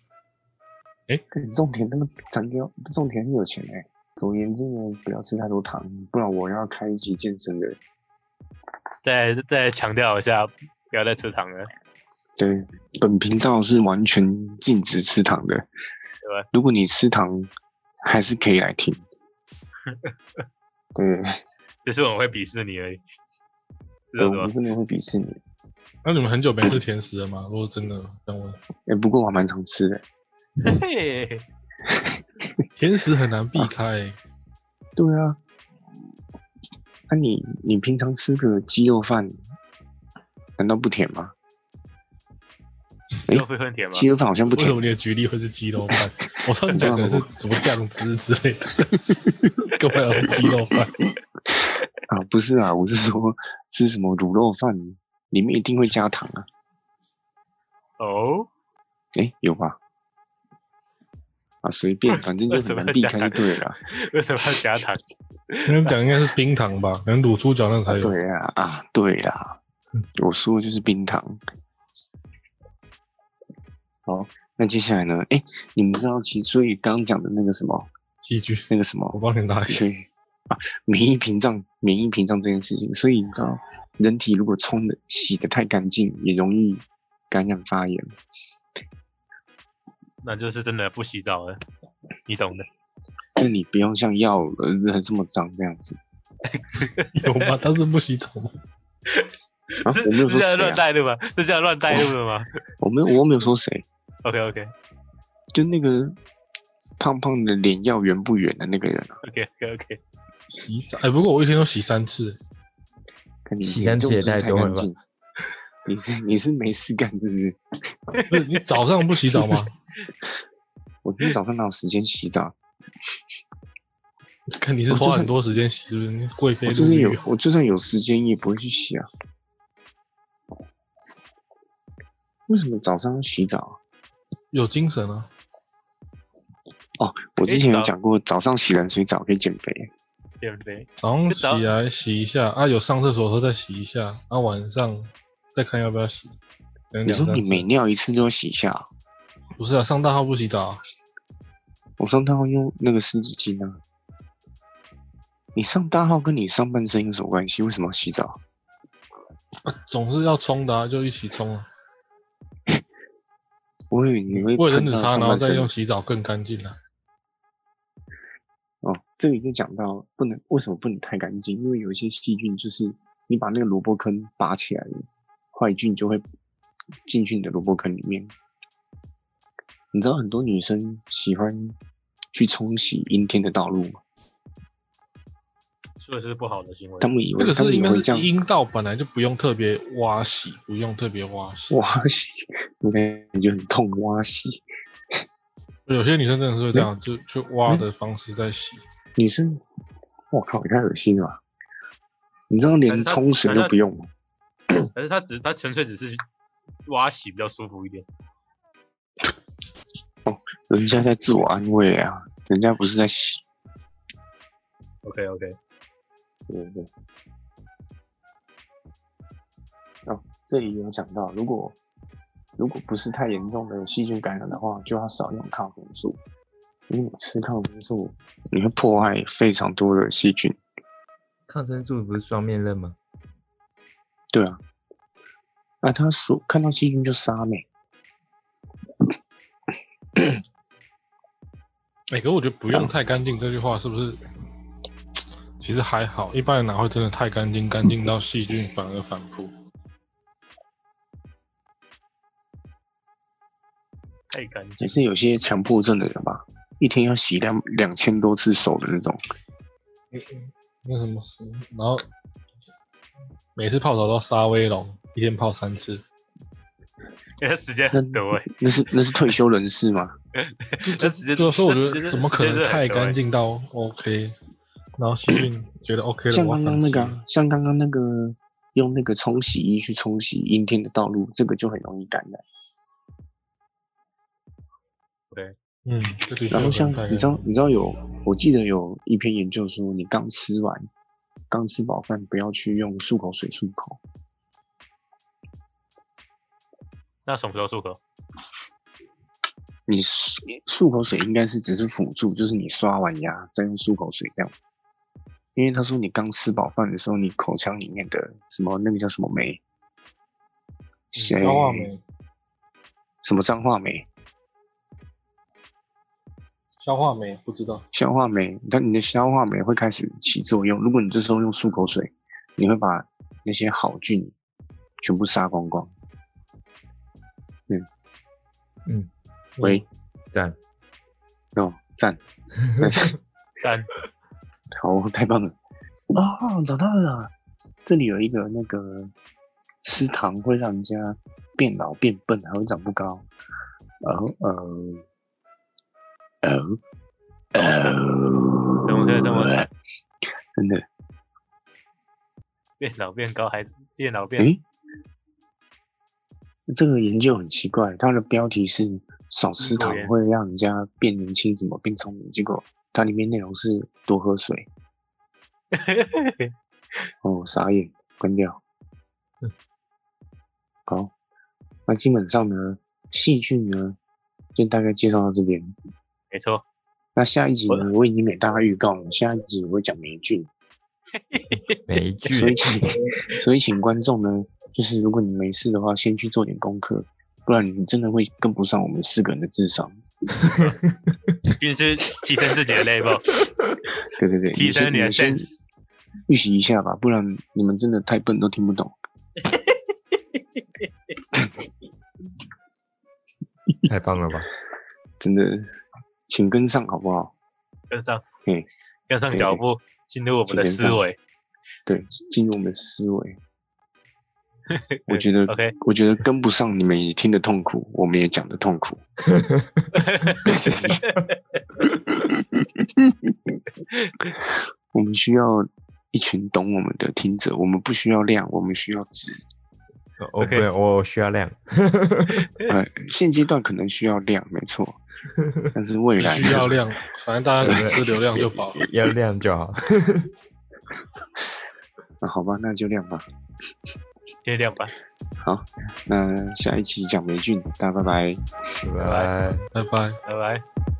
[SPEAKER 1] 干种田那个咱要种田很有钱哎、总而言之呢，不要吃太多糖，不然我要开一集健身的。
[SPEAKER 4] 再再强调一下，不要再吃糖了。
[SPEAKER 1] 对，本频道是完全禁止吃糖的。
[SPEAKER 4] 对
[SPEAKER 1] 如果你吃糖，还是可以来 听。对，
[SPEAKER 4] 只是我啊们会鄙视你而已。知
[SPEAKER 1] 对
[SPEAKER 4] 道
[SPEAKER 1] 我
[SPEAKER 4] 吗
[SPEAKER 1] 们？真的会鄙视你。
[SPEAKER 2] 那你们很久没吃甜食了吗？如果真的这样问，
[SPEAKER 1] 欸哎、不过我还蛮常吃的，
[SPEAKER 4] 嘿嘿，
[SPEAKER 2] 甜食很难避开、
[SPEAKER 1] 啊
[SPEAKER 2] 欸
[SPEAKER 1] 对啊，那、你你平常吃个鸡肉饭，难道不甜吗？
[SPEAKER 4] 肉会很甜吗？
[SPEAKER 1] 鸡肉饭好像不
[SPEAKER 2] 为什
[SPEAKER 1] 甜
[SPEAKER 2] 么，你的举例会是鸡肉饭？ 我知道你讲的是什么酱汁之类的，跟我讲鸡肉饭。
[SPEAKER 1] 啊，不是啊，我是说吃什么卤肉饭，里面一定会加糖啊。
[SPEAKER 4] 哦，
[SPEAKER 1] 哎、有吧？啊，随 便，反正就
[SPEAKER 4] 为什
[SPEAKER 1] 很
[SPEAKER 4] 么
[SPEAKER 1] 难避
[SPEAKER 4] 要
[SPEAKER 1] 开
[SPEAKER 4] 加
[SPEAKER 1] 就对了啊。
[SPEAKER 4] 为什么要加糖？
[SPEAKER 2] 你们讲应该是冰糖吧？可能卤猪脚那个才有。
[SPEAKER 1] 对啦，啊，对啦，我说的就是冰糖。好，那接下来呢？哎、你们知道其所以刚刚讲的那个什么，
[SPEAKER 2] 细菌，
[SPEAKER 1] 那个什么
[SPEAKER 2] 我，帮你拿一下。
[SPEAKER 1] 所以啊，免疫屏障，免疫屏障这件事情，所以你知道，人体如果冲的洗的太干净，也容易感染发炎。
[SPEAKER 4] 那就是真的不洗澡了，你懂的。
[SPEAKER 1] 但哎你不用像药人这么脏这样子
[SPEAKER 2] 有吗？他是不洗澡吗？
[SPEAKER 1] 啊！
[SPEAKER 4] 是
[SPEAKER 1] 我没有
[SPEAKER 4] 是
[SPEAKER 1] 说
[SPEAKER 4] 这样
[SPEAKER 1] 谁、
[SPEAKER 4] 乱
[SPEAKER 1] 啊，哦
[SPEAKER 4] 带路吗？是这样乱带路的吗
[SPEAKER 1] 我没有，我没有说谁，
[SPEAKER 4] ？OK OK
[SPEAKER 1] 就那个胖胖的脸要圆不圆的那个人啊，
[SPEAKER 4] OK OK OK，
[SPEAKER 2] 洗澡？哎、不过我一天都洗三次。欸
[SPEAKER 1] 跟你
[SPEAKER 3] 洗
[SPEAKER 1] 严
[SPEAKER 3] 三次
[SPEAKER 1] 重
[SPEAKER 3] 也
[SPEAKER 1] 就是
[SPEAKER 3] 太多
[SPEAKER 1] 干
[SPEAKER 3] 了吧
[SPEAKER 1] 净？你是你是没事干是不是？
[SPEAKER 2] 不是你早上不洗澡 吗？
[SPEAKER 1] 我今天早上哪有时间洗澡？
[SPEAKER 2] 看你是花很多时间洗，是不是？你贵妃
[SPEAKER 1] 我
[SPEAKER 2] 入
[SPEAKER 1] 就是有
[SPEAKER 2] 浴，
[SPEAKER 1] 我就算有时间也不会去洗啊。为什么早上要洗澡啊？
[SPEAKER 2] 有精神啊？
[SPEAKER 1] 我之前有
[SPEAKER 4] 诶早
[SPEAKER 1] 讲过，早上洗冷水澡可以减肥。
[SPEAKER 4] 对不对？
[SPEAKER 2] 早上起来洗一下啊，有上厕所的时候再洗一下啊，晚上再看要不要洗。可能
[SPEAKER 1] 你说
[SPEAKER 2] 两三
[SPEAKER 1] 你
[SPEAKER 2] 次
[SPEAKER 1] 每尿一次就要洗一下啊？
[SPEAKER 2] 不是啊，上大号不洗澡啊、
[SPEAKER 1] 我上大号用那个湿纸巾啊。你上大号跟你上半身有什么关系？为什么要洗澡？
[SPEAKER 2] 啊总是要冲的、啊，就一起冲啊。
[SPEAKER 1] 我以为你会
[SPEAKER 2] 卫
[SPEAKER 1] 喷
[SPEAKER 2] 生纸
[SPEAKER 1] 到
[SPEAKER 2] 擦，
[SPEAKER 1] 上
[SPEAKER 2] 然后
[SPEAKER 1] 半
[SPEAKER 2] 再
[SPEAKER 1] 身
[SPEAKER 2] 用洗澡更干净啊。
[SPEAKER 1] 哦。这里就讲到不能为什么不能太干净，因为有一些细菌就是你把那个萝卜坑拔起来，坏菌就会进去你的萝卜坑里面。你知道很多女生喜欢去冲洗阴天的道路吗？
[SPEAKER 4] 说的是不好的行为
[SPEAKER 1] 他。们以为
[SPEAKER 2] 那个
[SPEAKER 1] 他们
[SPEAKER 2] 是应
[SPEAKER 1] 以
[SPEAKER 2] 该
[SPEAKER 1] 为这
[SPEAKER 2] 是
[SPEAKER 1] 样
[SPEAKER 2] 阴道本来就不用特别挖洗，不用特别挖洗。
[SPEAKER 1] 挖洗，我感觉很痛，挖洗。
[SPEAKER 2] 有些女生真的是会这样，就去挖的方式在洗。
[SPEAKER 1] 女生，我靠，也太恶心了吧！你知道
[SPEAKER 4] 但
[SPEAKER 1] 连
[SPEAKER 4] 是她
[SPEAKER 1] 冲水都不用吗？
[SPEAKER 4] 可是他只他纯粹只是挖洗比较舒服一点。
[SPEAKER 1] 人家在自我安慰啊，人家不是在洗。
[SPEAKER 4] OK OK，
[SPEAKER 1] 对对对。哦，这里有讲到，如果如果不是太严重的细菌感染的话，就要少用抗生素，因为你吃抗生素，你会破坏非常多的细菌。
[SPEAKER 3] 抗生素不是双面刃吗？
[SPEAKER 1] 对啊，那他所看到细菌就杀没。
[SPEAKER 2] 哎、可是我觉得不用太干净这句话是不是？其实还好，一般人哪会真的太干净，干净到细菌反而反扑。
[SPEAKER 4] 太干净
[SPEAKER 1] 也。是有些强迫症的人吧，一天要洗两两千多次手的那种。
[SPEAKER 2] 那什么事？然后每次泡澡都沙威龙，一天泡三次，
[SPEAKER 4] 因为他时间很多哎、
[SPEAKER 1] 那是那是退休人士吗？
[SPEAKER 4] 欸，这 时间
[SPEAKER 2] 啊所以说我
[SPEAKER 4] 这
[SPEAKER 2] 觉
[SPEAKER 4] 时
[SPEAKER 2] 得
[SPEAKER 4] 间
[SPEAKER 2] 怎么可
[SPEAKER 4] 时
[SPEAKER 2] 能
[SPEAKER 4] 间是
[SPEAKER 2] 太
[SPEAKER 4] 很多欸
[SPEAKER 2] 干净到 OK？然后细菌觉得 OK 了，
[SPEAKER 1] 像
[SPEAKER 2] 我
[SPEAKER 1] 刚
[SPEAKER 2] 要
[SPEAKER 1] 刚
[SPEAKER 2] 反
[SPEAKER 1] 那个
[SPEAKER 2] 击
[SPEAKER 1] 啊，像刚刚那个用那个冲洗衣去冲洗阴天的道路，这个就很容易感染。
[SPEAKER 2] 嗯，这的确
[SPEAKER 1] 然后
[SPEAKER 2] 有
[SPEAKER 1] 像
[SPEAKER 2] 可能太
[SPEAKER 1] 你知道
[SPEAKER 2] 干净
[SPEAKER 1] 你知道有，我记得有一篇研究说，你刚吃完刚吃饱饭不要去用漱口水漱口，
[SPEAKER 4] 那什么时候漱口？
[SPEAKER 1] 你漱漱口水应该是只是辅助，就是你刷完牙再用漱口水这样。因为他说你刚吃饱饭的时候，你口腔里面的什么那个叫什么酶，谁
[SPEAKER 2] 消化嗯酶，
[SPEAKER 1] 什么彰化酶、
[SPEAKER 2] 消化酶不知道。
[SPEAKER 1] 消化酶，它你的消化酶会开始起作用。如果你这时候用漱口水，你会把那些好菌全部杀光光。
[SPEAKER 3] 嗯，
[SPEAKER 1] 喂，
[SPEAKER 3] 赞，
[SPEAKER 1] 哦， 赞，
[SPEAKER 4] 但
[SPEAKER 1] 好，太棒了！啊、找到了，这里有一个那个吃糖会让人家变老变笨，还会长不高。然后呃呃呃，
[SPEAKER 4] 怎么可以这么惨？
[SPEAKER 1] 真的？
[SPEAKER 4] 变老变高还变老变、
[SPEAKER 1] 诶，这个研究很奇怪，它的标题是“少吃糖会让人家变年轻，怎么变聪明”，结果它里面内容是多喝水。哦，傻眼，关掉。好，那基本上呢，细菌呢，就大概介绍到这边。
[SPEAKER 4] 没错，
[SPEAKER 1] 那下一集呢，我已经给大家预告了，下一集我会讲霉菌，
[SPEAKER 3] 每一
[SPEAKER 1] 所以
[SPEAKER 3] 句
[SPEAKER 1] 请， 所以请观众呢，就是如果你没事的话，先去做点功课，不然你真的会跟不上我们四个人的智商。
[SPEAKER 4] 并是提升自己的 level，
[SPEAKER 1] 对对对，
[SPEAKER 4] 提升
[SPEAKER 1] 你
[SPEAKER 4] 你的
[SPEAKER 1] 先你
[SPEAKER 4] sense
[SPEAKER 1] 先。预习一下吧，不然你们真的太笨都听不懂。
[SPEAKER 3] 太棒 了吧？
[SPEAKER 1] 真的，请跟上好不好？
[SPEAKER 4] 跟上，
[SPEAKER 1] 嗯，
[SPEAKER 4] 跟上
[SPEAKER 1] 对
[SPEAKER 4] 脚步，进入我们
[SPEAKER 1] 请
[SPEAKER 4] 的
[SPEAKER 1] 跟
[SPEAKER 4] 思
[SPEAKER 1] 上
[SPEAKER 4] 维。
[SPEAKER 1] 对，进入我们的思 维。我觉得
[SPEAKER 4] OK，
[SPEAKER 1] 我觉得跟不上，你们也听得痛苦，我们也讲得痛 苦。我们需要一群懂我们的听者，我们不需要量，我们需要 质。
[SPEAKER 3] 我
[SPEAKER 4] OK
[SPEAKER 3] 不，我需要量，
[SPEAKER 1] 呃，现阶段可能需要量，没 错，但是未
[SPEAKER 2] 不
[SPEAKER 1] 来
[SPEAKER 2] 需要量，反正大家只吃流量就 饱了。
[SPEAKER 3] 要量就好。
[SPEAKER 1] 那啊好吧，那就量吧。
[SPEAKER 4] 尽量吧，
[SPEAKER 1] 那下一期讲霉菌，大家拜拜。
[SPEAKER 3] 拜拜。
[SPEAKER 2] 拜拜。
[SPEAKER 4] 拜拜。